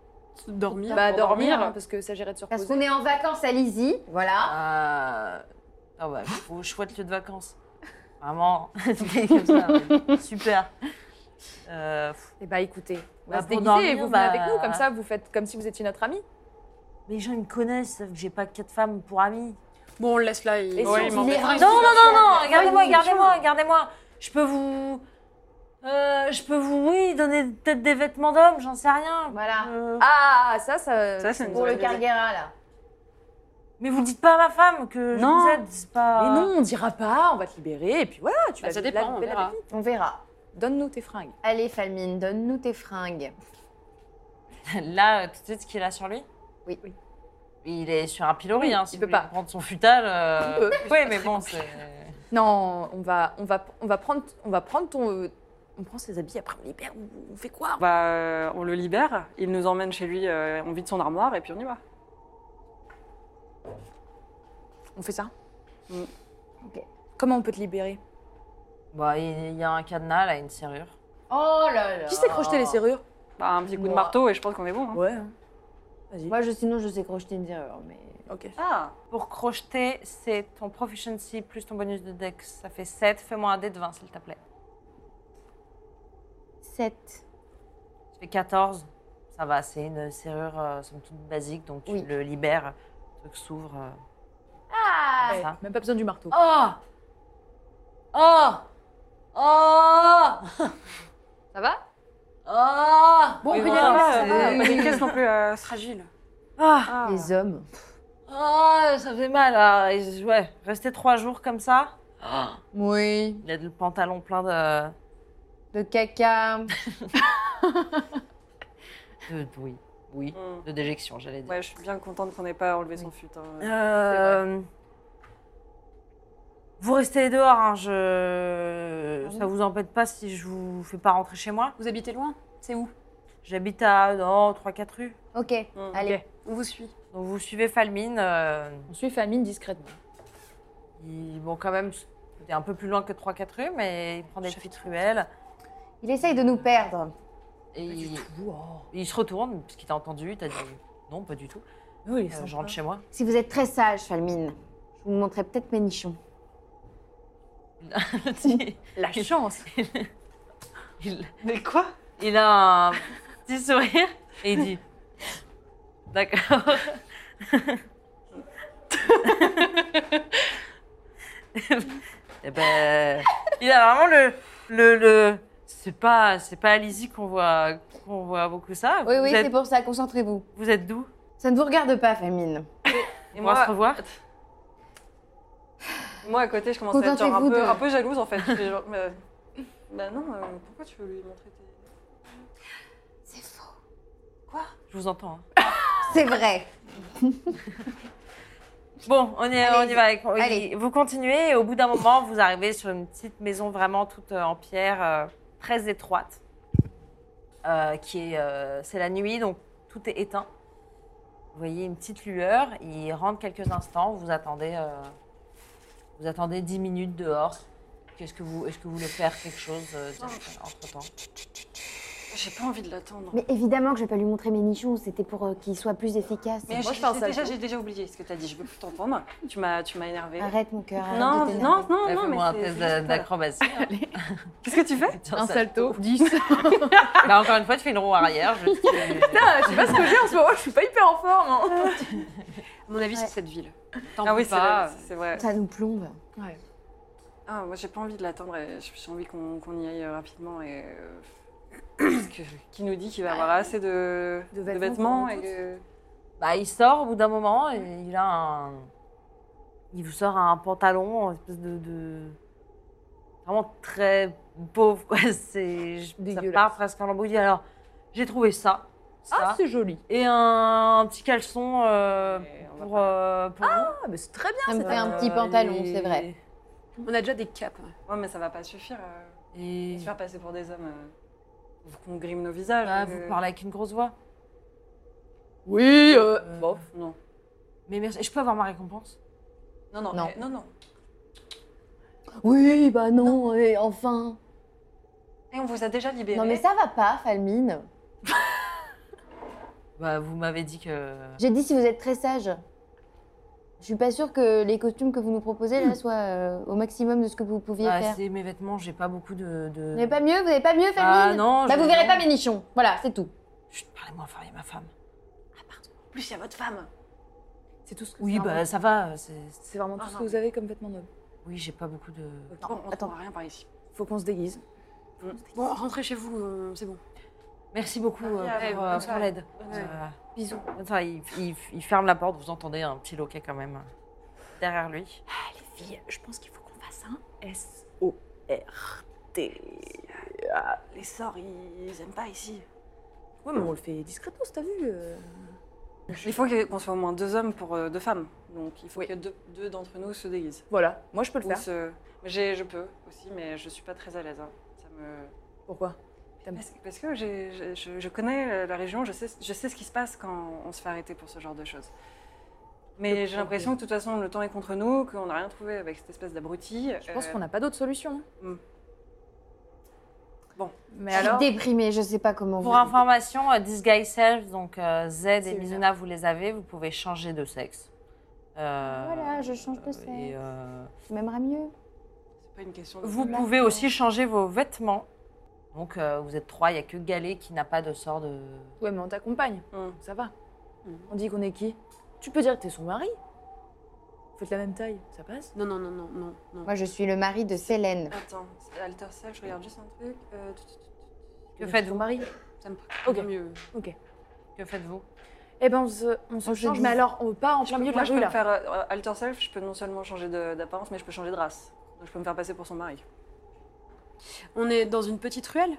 Dormir
Bah,
pour
dormir,
dormir.
hein, parce que s'agirait de se
Parce
reposer.
qu'on est en vacances à Lizy, voilà.
Ah, ah bah, au chouette lieu de vacances. Vraiment, comme ça, ouais. super. Euh, pff,
Eh bah, écoutez, on va
Bah,
se
pour
déguiser et
dormir,
vous venez
bah-
avec nous, comme ça, vous faites comme si vous étiez notre ami.
les gens ils me connaissent, savent que j'ai pas quatre femmes pour amies.
Bon, on le laisse là. Il...
Et si
Ouais,
on
il
se
m'en
dit-
fait
Non,
un.
non, non, non, regardez-moi,
Ah, il est
regardez-moi, regardez-moi. Je peux vous. euh, je peux vous, oui, donner peut-être des vêtements d'homme, j'en sais rien.
Voilà.
Euh,
Ah, ça, ça.
Ça, c'est une
Pour
bonne
le
idée.
Carguera, là.
mais vous dites pas à ma femme que je
Non.
vous aide, c'est pas.
Mais non, on dira pas, on va te libérer, et puis voilà, tu
Bah,
vas
ça
vivre
dépend,
la
on
belle
verra.
vie.
On verra.
Donne-nous tes fringues.
Allez, Falmine, donne-nous tes fringues.
Là, euh, tout de suite, ce qu'il a sur lui
Oui.
Il est sur un pilori, hein. Si
il
vous
peut
voulez
pas.
prendre son futal.
Il
euh,
peut.
Oui, mais bon, c'est.
Non, on va, on va, on va prendre, on va prendre ton, euh, on prend ses habits après on libère ou on fait quoi
Bah, euh, on le libère, il nous emmène chez lui, euh, on vide son armoire et puis on y va.
On fait ça.
Mm.
Ok.
Comment on peut te libérer
Bah, il y a un cadenas, là, une serrure.
Oh là là.
Qui sait crocheter les serrures
Bah, un petit coup de
Moi.
marteau et je pense qu'on est bon. hein.
Ouais. hein. Vas-y.
Moi, je, sinon, je sais crocheter une serrure, mais.
Ok.
Ah,
Pour crocheter, c'est ton proficiency plus ton bonus de dex. Ça fait 7. Fais-moi un dé de 20, s'il te plaît.
7.
Tu fais 14. Ça va, c'est une serrure, euh, somme toute, basique, donc tu
Oui.
le libères. Le truc s'ouvre. euh,
Ah
comme ça.
Même pas besoin du marteau.
Oh Oh Oh
Ça va
Oh
Bon,
Oui,
on peut y
bon,
aller.
ça
ça
va,
va.
euh, pas des caisses non plus euh, fragiles. Ah.
Les hommes.
Oh, ça fait mal. ah, et- Ouais, rester trois jours comme ça.
Oui.
Il a le pantalon plein de.
De caca.
de... Oui, oui.
Mm.
De déjection, j'allais dire.
Ouais, je suis bien contente qu'on n'ait pas enlevé son fut. hein.
Euh, Vous restez dehors, hein, je... ça vous embête pas si je vous fais pas rentrer chez moi
Vous habitez loin C'est où
J'habite à non, 3-4 rues.
Ok,
Mm.
allez.
On vous suit.
Donc vous suivez Falmine. euh,
On suit Famine discrètement.
Ils vont quand même il est un peu plus loin que 3-4 rues, mais il prend des petites ruelles.
Il essaye de nous perdre.
Et il... il se retourne, puisqu'il t'a entendu, il t'a dit non, pas du tout.
Oui,
Euh, je rentre chez moi.
Si vous êtes très sage, Falmine, je vous montrerai peut-être mes nichons.
La chance.
Il-
Mais quoi
il a un petit sourire et il dit D'accord. Eh ben, il a vraiment le. le, le- c'est pas, c'est pas à Lizzie qu'on voit, qu'on voit beaucoup ça.
Oui,
vous,
oui, c'est
êtes,
pour ça, concentrez-vous.
vous êtes d'où
Ça ne vous regarde pas, Falmine.
Et
On va se revoir.
Moi, à côté, je commençais à être genre un
Contentez-vous
peu,
de-
un peu jalouse en fait. J'étais genre, mais- bah non, euh, pourquoi tu veux lui montrer tes.
C'est faux.
Je vous entends. hein.
C'est vrai.
Bon, on y, on y va. Avec,
Allez.
Vous continuez et au bout d'un moment, vous arrivez sur une petite maison vraiment toute euh, en pierre, euh, très étroite. Euh, qui est, euh, c'est la nuit, donc tout est éteint. Vous voyez une petite lueur. Il rentre quelques instants. Vous attendez, euh, vous attendez 10 minutes dehors. Qu'est-ce que vous, est-ce que vous voulez faire quelque chose euh, entre temps
J'ai pas envie de l'attendre.
Mais évidemment que je vais pas lui montrer mes nichons, c'était pour euh, qu'il soit plus efficace.
Mais
moi,
j'ai-
je pense
j'ai
à
déjà,
tout.
j'ai déjà oublié ce que t'as dit. Je veux plus t'entendre. Tu m'as, tu m'as énervé.
Arrête mon cœur. arrête
Non,
de t'énerver.
non, non, non, mais
Fais-moi un
c'est-
test
c'est juste-
d'acrobatie.
Qu'est-ce que tu fais
Un salto. 10.
Là, encore une fois, tu fais une roue arrière. Je...
Putain, je sais pas ce que j'ai en ce moment, je suis pas hyper en forme. hein.
À mon
Ouais.
avis, c'est cette ville.
Ah oui, c'est
pas.
vrai, c'est vrai.
Ça nous plombe.
Ah, moi j'ai pas envie de l'attendre et j'ai j'ai envie qu'on qu'on y aille rapidement et. euh, Parce que qui nous dit qu'il va avoir assez de,
De vêtements pour
et
nous
que.
Bah, il sort au bout d'un moment et il a un. Il vous sort un pantalon, une espèce de. de- Vraiment très pauvre, quoi. C'est. je- Ça
Dégueulasse.
part presque en embrouille. Alors, j'ai trouvé ça. ça
Ah, c'est joli.
et un, petit caleçon euh,
Et on va
pour.
pas-
euh, pour vous.
Ah, mais c'est très bien.
Ça me fait un
Euh,
petit pantalon,
et-
c'est vrai.
On a déjà des capes.
Ouais, mais ça va pas suffire. euh,
Et.
se faire passer pour des hommes. euh, Faut qu'on grime nos visages.
Ah,
euh,
vous parlez avec une grosse voix.
Oui, euh,
Euh,
bon.
oh, Non.
Mais merci. Je peux avoir ma récompense
Non, non,
Non.
eh, non, non.
Oui, bah non, et enfin.
Eh, Et on vous a déjà libéré.
Non mais ça va pas, Falmine.
Bah, vous m'avez dit que.
J'ai dit si vous êtes très sage. Je suis pas sûre que les costumes que vous nous proposez là soient euh, au maximum de ce que vous pouviez
Ah,
faire.
c'est mes vêtements, j'ai pas beaucoup de. de-
Vous n'avez pas mieux Vous n'avez pas mieux fait
Ah, non,
Bah
je-
vous verrez
non.
pas mes nichons. Voilà, c'est tout.
Chut, parlez-moi, enfin, il y a ma femme.
En plus, il y a votre femme.
C'est tout ce que
Oui,
c'est
bah,
vraiment-
ça va. c'est-
C'est vraiment tout
Ah,
ce
non,
que vous avez comme vêtements nobles.
Oui, j'ai pas beaucoup de.
Bon, on attend rien par ici.
Faut qu'on se déguise.
Bon, rentrez chez vous, euh, c'est bon.
Merci beaucoup euh,
Ah,
pour, euh,
ouais, bonne
pour l'aide.
soirée. Ouais.
Bisous. il, il- il ferme la porte, vous entendez un petit loquet quand même euh, derrière lui.
les filles, je pense qu'il faut qu'on fasse un S-O-R-T.
Les sorts, ils, ils aiment pas ici.
Ouais, mais on le fait discrètement, t'as vu euh.
Il faut que- qu'on soit au moins deux hommes pour euh, deux femmes. Donc il faut que deux, deux d'entre nous se déguisent.
Voilà, moi je peux le
Ou
faire.
se- mais j'ai- Je peux aussi, mais je suis pas très à l'aise. hein. Ça me...
Pourquoi
Parce, parce que j'ai- j'ai- je, je connais la région, je sais, je sais ce qui se passe quand on se fait arrêter pour ce genre de choses. Mais j'ai l'impression que de toute façon, le temps est contre nous, qu'on n'a rien trouvé avec cette espèce d'abruti. Euh,
Je pense qu'on n'a pas d'autre solution. hein.
Bon.
Mais
Je suis
alors,
déprimée, je sais pas comment
Pour
vous.
information, euh, Disguise Self, donc euh, Z et
C'est
Mizuna, vous les avez, vous pouvez changer de sexe. Euh,
Voilà, je change de sexe.
et, euh,
Tu m'aimeras mieux.
C'est pas une question de.
vous pouvez aussi changer vos vêtements. Donc euh, vous êtes trois, il n'y a que Galet qui n'a pas de sort de.
ouais, mais on t'accompagne.
Hum.
Ça va. On dit qu'on est qui Tu peux dire que t'es son mari. Vous faites la même taille, ça passe
Non, non, non, non, non. non.
Moi je suis le mari de Célène.
Attends, c'est Alter Self, je regarde juste un truc. Euh, tu- tu- tu-
Que
Dire
faites-vous
Son mari.
ça me
Ok.
paraît mieux.
Ok.
Que faites-vous
Eh ben on se, on se
On se
change,
dit-
mais alors on part en plein milieu de
Moi,
la
je
rue
peux me
là.
faire euh, alter self. Je peux non seulement changer de- d'apparence, mais je peux changer de race. Donc, je peux me faire passer pour son mari.
On est dans une petite ruelle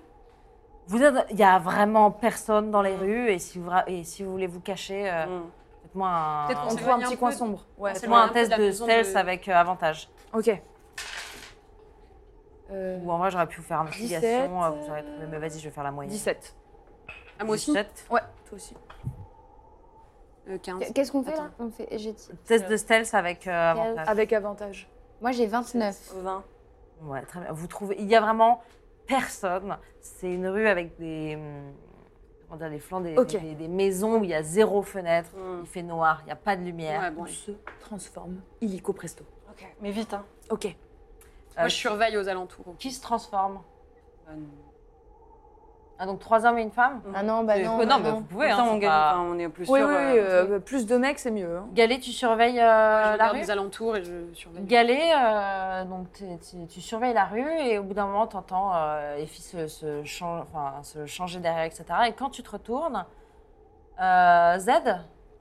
Vous êtes- Il n'y a vraiment personne dans les rues et si vous, ra- et si vous voulez vous cacher, euh,
Mm.
faites-moi un,
Peut-être
On
qu'on On
trouve un
s'éloigne
petit
un
coin
peu.
sombre. Ouais.
faites-moi un
On s'éloigne un peu
test
de la
de
maison
stealth
de-
avec euh, avantage.
Ok. Euh,
Ou en vrai, j'aurais pu vous faire une
17,
investigation, euh, vous auriez trouvé, mais vas-y, je vais faire la moyenne.
17.
Ah, moi aussi
17.
Ouais, toi aussi.
Euh, 15.
Qu'est-ce qu'on fait là
Attends.
On fait. j'ai dit-
Test de stealth avec euh, avantage.
Avec avantage.
Moi j'ai 29.
20.
Ouais, très bien. Vous trouvez, il y a vraiment personne. C'est une rue avec des, hum, comment dire, des flancs, des,
Ok.
des- des maisons où il y a zéro fenêtre.
Mm.
Il fait noir, il n'y a pas de lumière.
Ouais, bon.
On se transforme illico presto.
Ok. Mais vite, hein.
Ok.
Moi, je surveille aux alentours.
Qui se transforme
Euh, non.
Ah, Donc trois hommes et une femme.
Ah non, bah
Euh,
non.
que-
bah
non, mais vous pouvez.
Comme ça,
hein,
on,
c'est
gagne.
pas-
Enfin, on est plus
Oui, oui,
sûr.
oui,
euh,
euh, plus de mecs, c'est mieux. hein.
Galet, tu surveilles euh,
je
la
regarde
rue. Bah,
les alentours et je surveille.
Galet, euh, donc t'es- t'es- tu surveilles la rue et au bout d'un moment, tu entends Effie se, se chan- enfin, se changer derrière, etc. Et quand tu te retournes, euh, Z,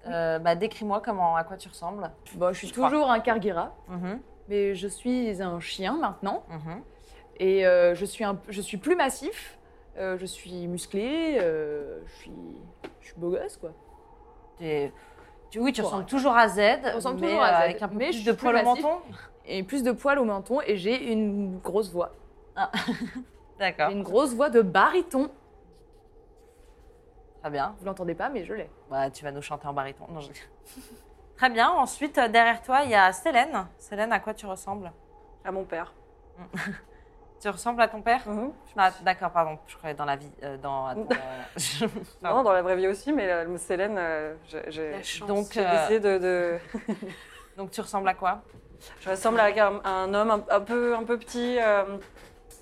euh, bah, décris-moi comment, à quoi tu ressembles.
Bon, je suis
Je crois.
toujours un Kargira,
Mhm,
mais je suis un chien maintenant.
mhm.
Et euh, je, suis un, je suis plus massif, euh, je suis musclé, euh, je, suis, je suis beau gosse, quoi.
T'es- tu- oui, tu
Bon,
ressembles toujours à Z,
on ressemble
mais,
toujours à Z,
euh, avec un peu
mais je
plus
suis
de
plus
poil au
massive.
menton.
Et plus de poils au menton et j'ai une grosse voix.
D'accord, Ah.
J'ai une grosse voix de baryton.
très bien.
Vous l'entendez pas, mais je l'ai.
Bah, tu vas nous chanter en baryton. Non, je- très bien, ensuite, euh, derrière toi, il y a Célène. Célène, à quoi tu ressembles
À mon père.
Tu ressembles à ton père
Euh, Je
Ah,
me suis-
d'accord, pardon, je croyais dans la vie. euh, dans, attends, euh, je-
Non, dans la vraie vie aussi, mais euh, Célène, euh, j'ai- j'ai
La chance.
Donc,
j'ai
euh,
décidé de, de-
Donc tu ressembles à quoi
Je ressemble à un, à un homme un, un peu, un peu petit, euh,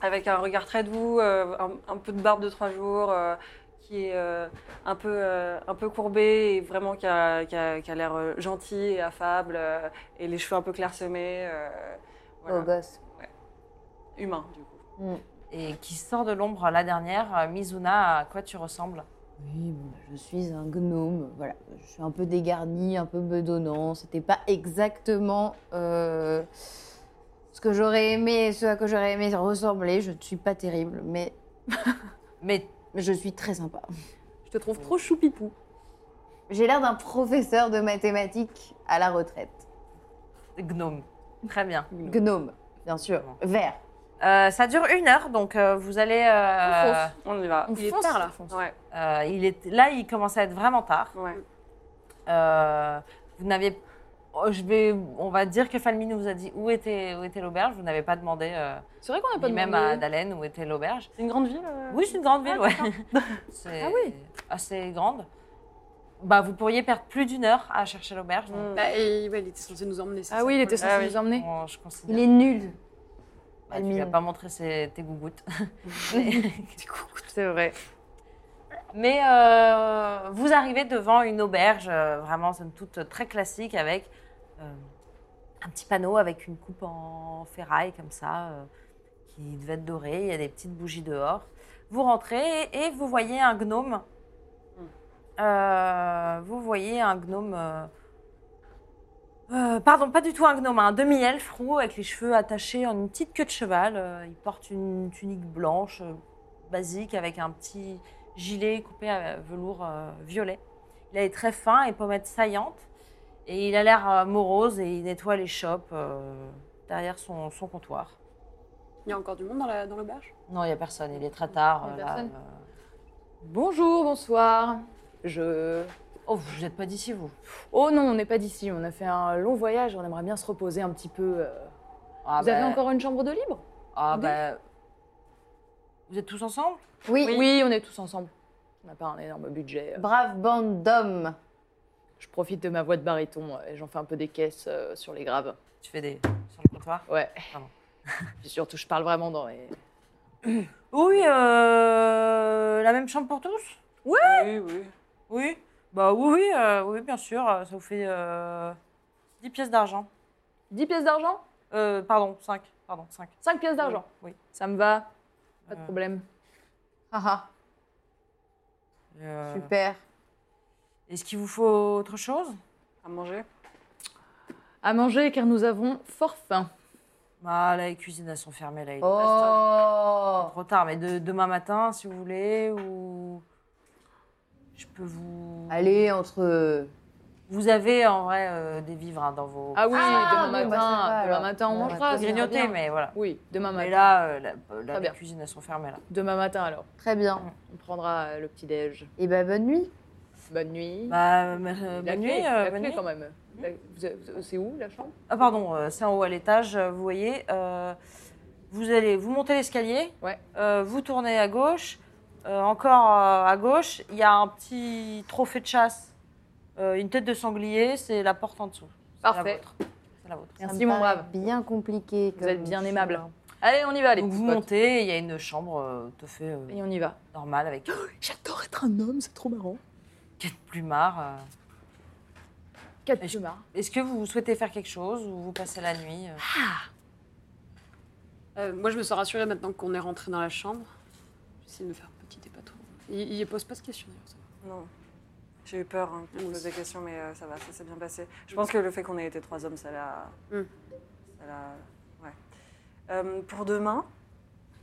avec un regard très doux, euh, un, un peu de barbe de trois jours, euh, qui est euh, un, peu, euh, un peu courbé et vraiment qui a, qui a- qui a l'air euh, gentil et affable, euh, et les cheveux un peu clairsemés. euh, voilà.
Beau gosse.
Humain, du coup.
Et qui sort de l'ombre la dernière, euh, Mizuna, à quoi tu ressembles
Oui, bon, bah, je suis un gnome, voilà. Je suis un peu dégarni, un peu bedonnant. C'était pas exactement euh, ce que j'aurais aimé, ce à quoi j'aurais aimé ressembler. Je ne suis pas terrible, mais
Mais
je suis très sympa.
Je te trouve trop choupipou.
J'ai l'air d'un professeur de mathématiques à la retraite.
gnome. Très bien.
Mmh.
Gnome, bien sûr. Vert.
Euh, ça dure une heure, donc euh, vous allez... euh,
On y va.
On
il est
fonce,
tard, là.
on fonce.
Ouais,
euh, il est, là, il commence à être vraiment tard.
ouais.
Euh, vous n'aviez... oh, je vais, on va dire que Falmine vous a dit où était, où était l'auberge. Vous n'avez pas demandé, euh,
C'est vrai qu'on n'a pas
ni
de
même à Dalen, où était l'auberge.
C'est une grande ville euh
Oui, c'est une grande ville, ouais. C'est
Ah oui.
assez grande. Bah, vous pourriez perdre plus d'une heure à chercher l'auberge. donc.
Bah, et, ouais, il était censé nous emmener. c'est
Ah
ça
oui, il était censé
Ah oui.
nous emmener.
Bon, je considère.
Il est nul.
Bah, tu lui as
Mine.
pas montré ses- tes gougouttes.
C'est vrai.
Mais euh, vous arrivez devant une auberge, euh, vraiment somme toute très classique, avec euh, un petit panneau avec une coupe en ferraille comme ça, euh, qui devait être dorée. Il y a des petites bougies dehors. Vous rentrez et, et vous voyez un gnome.
Mm.
Euh, vous voyez un gnome. euh, euh, pardon, pas du tout un gnome, un demi-elfe roux avec les cheveux attachés en une petite queue de cheval. Euh, il porte une tunique blanche euh, basique avec un petit gilet coupé à velours euh, violet. Il a les traits fins et pommettes saillantes. Et il a l'air euh, morose et il nettoie les chopes euh, derrière son, son comptoir.
Il y a encore du monde dans la- dans l'auberge
Non, il n'y a personne, il est très tard.
Il y
euh, là,
a personne.
euh.
Bonjour, bonsoir. Je.
Oh, vous n'êtes pas d'ici, vous
Oh non, on n'est pas d'ici. On a fait un long voyage. On aimerait bien se reposer un petit peu. euh.
Ah,
Vous
bah,
avez encore une chambre de libre
ah,
deux
bah, Vous êtes tous ensemble
Oui.
oui. on est tous ensemble. On n'a pas un énorme budget. euh.
Brave bande d'hommes.
Je profite de ma voix de baryton euh, et j'en fais un peu des caisses euh, sur les graves.
Tu fais des. sur le comptoir
Ouais.
Pardon.
Puis surtout, je parle vraiment dans les.
Oui, euh, la même chambre pour tous
Oui, oui.
Oui. Bah oui, oui, euh, oui, bien sûr. euh, Ça vous fait euh, 10 pièces d'argent.
10 pièces d'argent
Euh, pardon, 5. Pardon, 5.
5 pièces d'argent.
Oui.
Ça me va. Pas de
Euh,
problème.
Ah ah,
Mmh.
Euh,
super.
Est-ce qu'il vous faut autre chose
À manger
À manger car nous avons fort faim.
Bah, là, les cuisines, elles sont fermées. Là, il est pas
Mmh.
Oh
trop tard, mais de- demain matin, si vous voulez, ou. Je peux vous.
Mmh.
Allez, entre.
Vous avez en vrai euh, des vivres hein, dans vos.
Ah oui,
Ah,
demain
bon, bah,
matin,
ça va,
demain
alors.
matin on
Bon,
mangera.
bah,
c'est
grignote.
Grignoter,
bien.
mais voilà.
bien. Oui, demain
Mais
matin.
là, euh, la- là, les
bien.
cuisines, elles sont fermées. là.
Demain matin alors.
Très bien.
On prendra euh, le petit déj.
Et bah, bonne nuit.
Bonne nuit.
Bah, euh, euh,
la
bonne
clé,
nuit. euh,
la
bonne
clé,
nuit.
quand même. La- vous avez- vous- Mmh. C'est où la chambre
Ah, pardon, euh, c'est en haut à l'étage, euh, vous voyez. euh, vous allez, vous montez l'escalier,
Ouais.
euh, vous tournez à gauche, euh, encore euh, à gauche, il y a un petit trophée de chasse, euh, une tête de sanglier, c'est la porte en dessous. C'est la
Parfait.
vôtre. C'est la vôtre.
Ça
Merci,
me
mon
paraît
brave.
Bien compliqué.
Vous êtes
comme
bien
choix.
aimable. Allez, on y va, allez.
Donc vous
petits potes.
montez, il y a une chambre euh, tout à fait euh,
Et on y va.
normale avec
J'adore être un homme, c'est trop marrant.
quatre plumards. euh.
Quatre
Et je-
chemins.
Est-ce que vous souhaitez faire quelque chose ou vous passez la nuit euh
Euh, Moi, je me sens rassurée maintenant qu'on est rentré dans la chambre. J'essaie de me faire petit et pas trop. Il, il pose pas de questions. d'ailleurs, ça va.
Non. J'ai eu peur hein, qu'on me pose des questions, mais euh, ça va, ça s'est bien passé. Je pense que le fait qu'on ait été trois hommes, ça l'a.
Mm.
Ça l'a. Ouais. Euh, pour demain,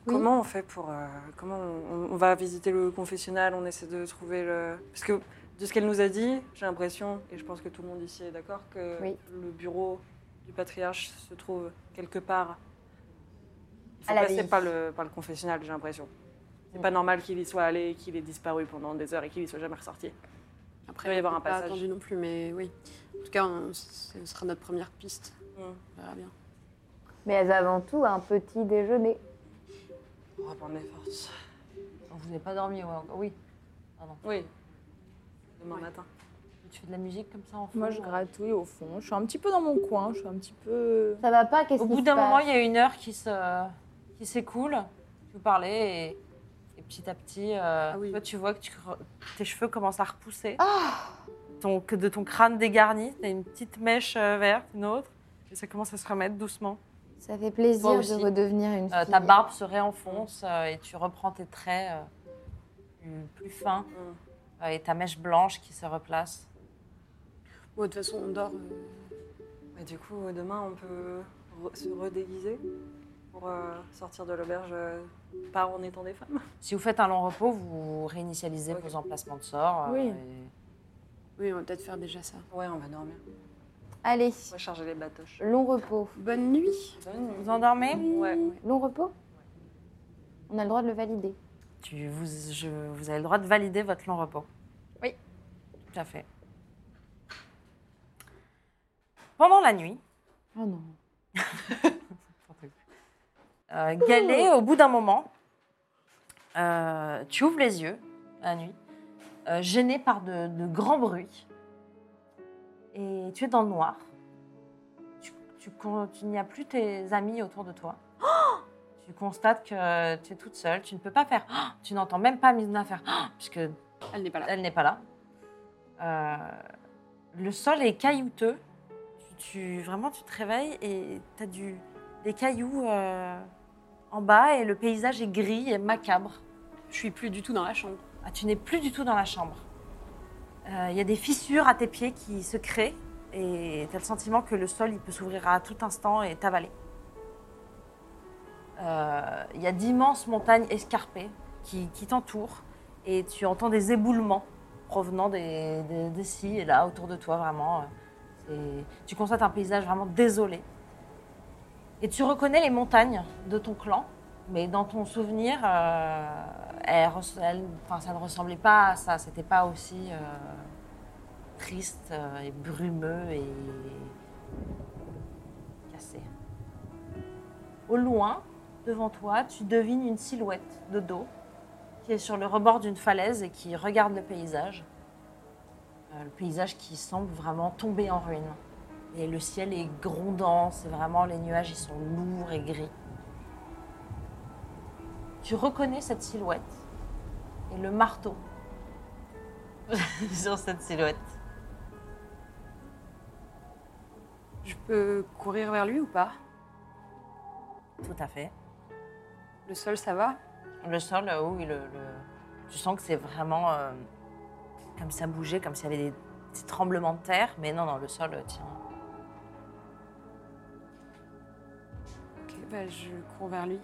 comment on fait pour. euh, comment on, on va visiter le confessionnal On essaie de trouver le. Parce que de ce qu'elle nous a dit, j'ai l'impression, et je pense que tout le monde ici est d'accord, que
Oui.
le bureau du patriarche se trouve quelque part. Il faut
À la Mm.
passer
veille.
par le, par le confessionnal, j'ai l'impression. C'est pas normal qu'il y soit allé, qu'il ait disparu pendant des heures et qu'il y soit jamais ressorti.
Après,
Il va y
on
avoir
n'a
un
pas
passage.
attendu non plus, mais oui. En tout cas, on- ce sera notre première piste.
Mm.
On verra bien.
Mais avant tout, un petit déjeuner.
On va prendre les forces.
Donc, Vous n'avez pas dormi ouais, encore- Oui.
Oui. Demain matin.
Tu fais de la musique comme ça en fond,
Moi, je
euh
gratouille au fond. Je suis un petit peu dans mon coin. Je suis un petit peu.
Ça va pas Qu'est-ce
Au
qui
bout
se
d'un
passe
moment, il y a une heure qui se qui s'écoule. Vous parlez et, et petit à petit, euh,
Ah oui.
toi, tu vois que tu cre- tes cheveux commencent à repousser. Ton- que de ton crâne dégarni, t'as une petite mèche euh, verte, une autre, et ça commence à se remettre doucement.
Ça fait
Toi
plaisir
aussi.
de redevenir une
Euh,
fille.
ta barbe se réenfonce euh, et tu reprends tes traits euh, plus, plus fins euh, et ta mèche blanche qui se replace.
Bon, de toute façon, on dort. euh,
Mais du coup, demain, on peut re- se redéguiser pour euh, sortir de l'auberge euh, pas en étant des femmes.
Si vous faites un long repos, vous réinitialisez
Ok.
vos emplacements de sorts. euh,
Oui.
et-
Oui, on va peut-être faire déjà ça.
Ouais, on va dormir.
Allez,
On va charger les batoches.
long repos.
Bonne nuit.
Vous endormez
Ouais.
Long repos On a le droit de le valider.
Tu, vous, je- vous avez le droit de valider votre long repos.
Oui.
Tout à fait. Pendant la nuit,
Oh non.
euh, Galet, au bout d'un moment, euh, tu ouvres les yeux la nuit. euh, gêné par de, de grands bruits. Et tu es dans le noir. Tu, tu con- tu n'y as plus tes amis autour de toi. tu constates que tu es toute seule. Tu ne peux pas faire. tu n'entends même pas Mizna faire. "Ah, puisque
Elle n'est pas là.
elle n'est pas là. Euh, le sol est caillouteux. Tu, tu- vraiment, tu te réveilles et tu as du, des cailloux euh, en bas et le paysage est gris et macabre.
Je suis plus du tout dans la chambre.
Ah, tu n'es plus du tout dans la chambre. Euh, Il y a des fissures à tes pieds qui se créent et tu as le sentiment que le sol il peut s'ouvrir à tout instant et t'avaler. Euh, Il y a d'immenses montagnes escarpées qui, qui t'entourent et tu entends des éboulements provenant des, des, des ci et là autour de toi vraiment. euh, c'est- tu constates un paysage vraiment désolé. Et tu reconnais les montagnes de ton clan, mais dans ton souvenir, euh, elles res- elles- enfin, ça ne ressemblait pas à ça. C'était pas aussi euh, triste euh, et brumeux et cassé. Au loin, devant toi, tu devines une silhouette de dos qui est sur le rebord d'une falaise et qui regarde le paysage. Euh, le paysage qui semble vraiment tomber en ruine. Et le ciel est grondant, c'est vraiment les nuages, ils sont lourds et gris. Tu reconnais cette silhouette et le marteau sur cette silhouette.
Je peux courir vers lui ou pas
Tout à fait.
Le sol, ça va
Le sol, euh, oui, le, le- tu sens que c'est vraiment euh, comme ça bougeait, comme s'il y avait des petits tremblements de terre, mais non, non, le sol euh, tient.
Ok, bah, je cours vers lui.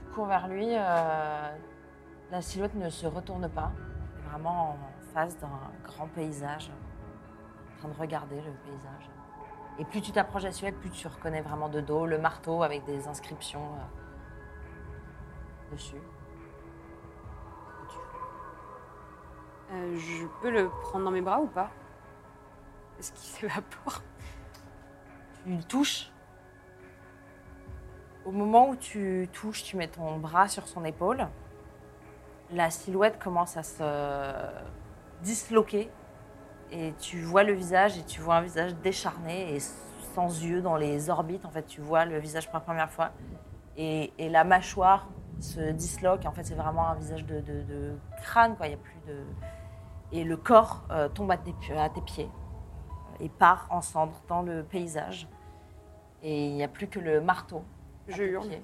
Tu cours vers lui, euh, la silhouette ne se retourne pas. Elle est vraiment en face d'un grand paysage, en train de regarder le paysage. Et plus tu t'approches de la silhouette, plus tu reconnais vraiment de dos le marteau avec des inscriptions euh, dessus.
Euh, je peux le prendre dans mes bras ou pas Est-ce qu'il s'évapore
tu le touches. Au moment où tu touches, tu mets ton bras sur son épaule. La silhouette commence à se disloquer et tu vois le visage et tu vois un visage décharné et sans yeux dans les orbites. En fait, tu vois le visage pour la première fois et, et la mâchoire se disloque. En fait, c'est vraiment un visage de, de- de crâne, quoi. Il y a plus de et le corps euh, tombe à tes pi- à tes pieds et part en cendres dans le paysage. Et il n'y a plus que le marteau. à
Je
tes
hurle.
pieds.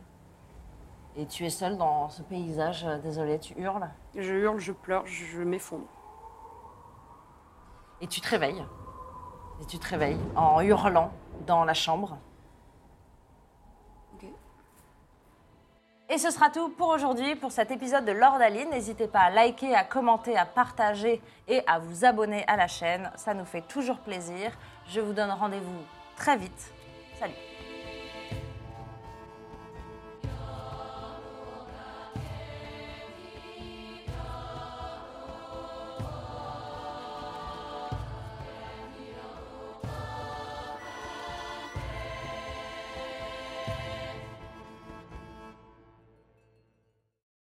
Et tu es seule dans ce paysage, euh, désolée, tu hurles.
Je hurle, je pleure, je m'effondre.
Et tu te réveilles. Et tu te réveilles en hurlant dans la chambre. Et ce sera tout pour aujourd'hui, pour cet épisode de Lord Ali. N'hésitez pas à liker, à commenter, à partager et à vous abonner à la chaîne. Ça nous fait toujours plaisir. Je vous donne rendez-vous très vite. Salut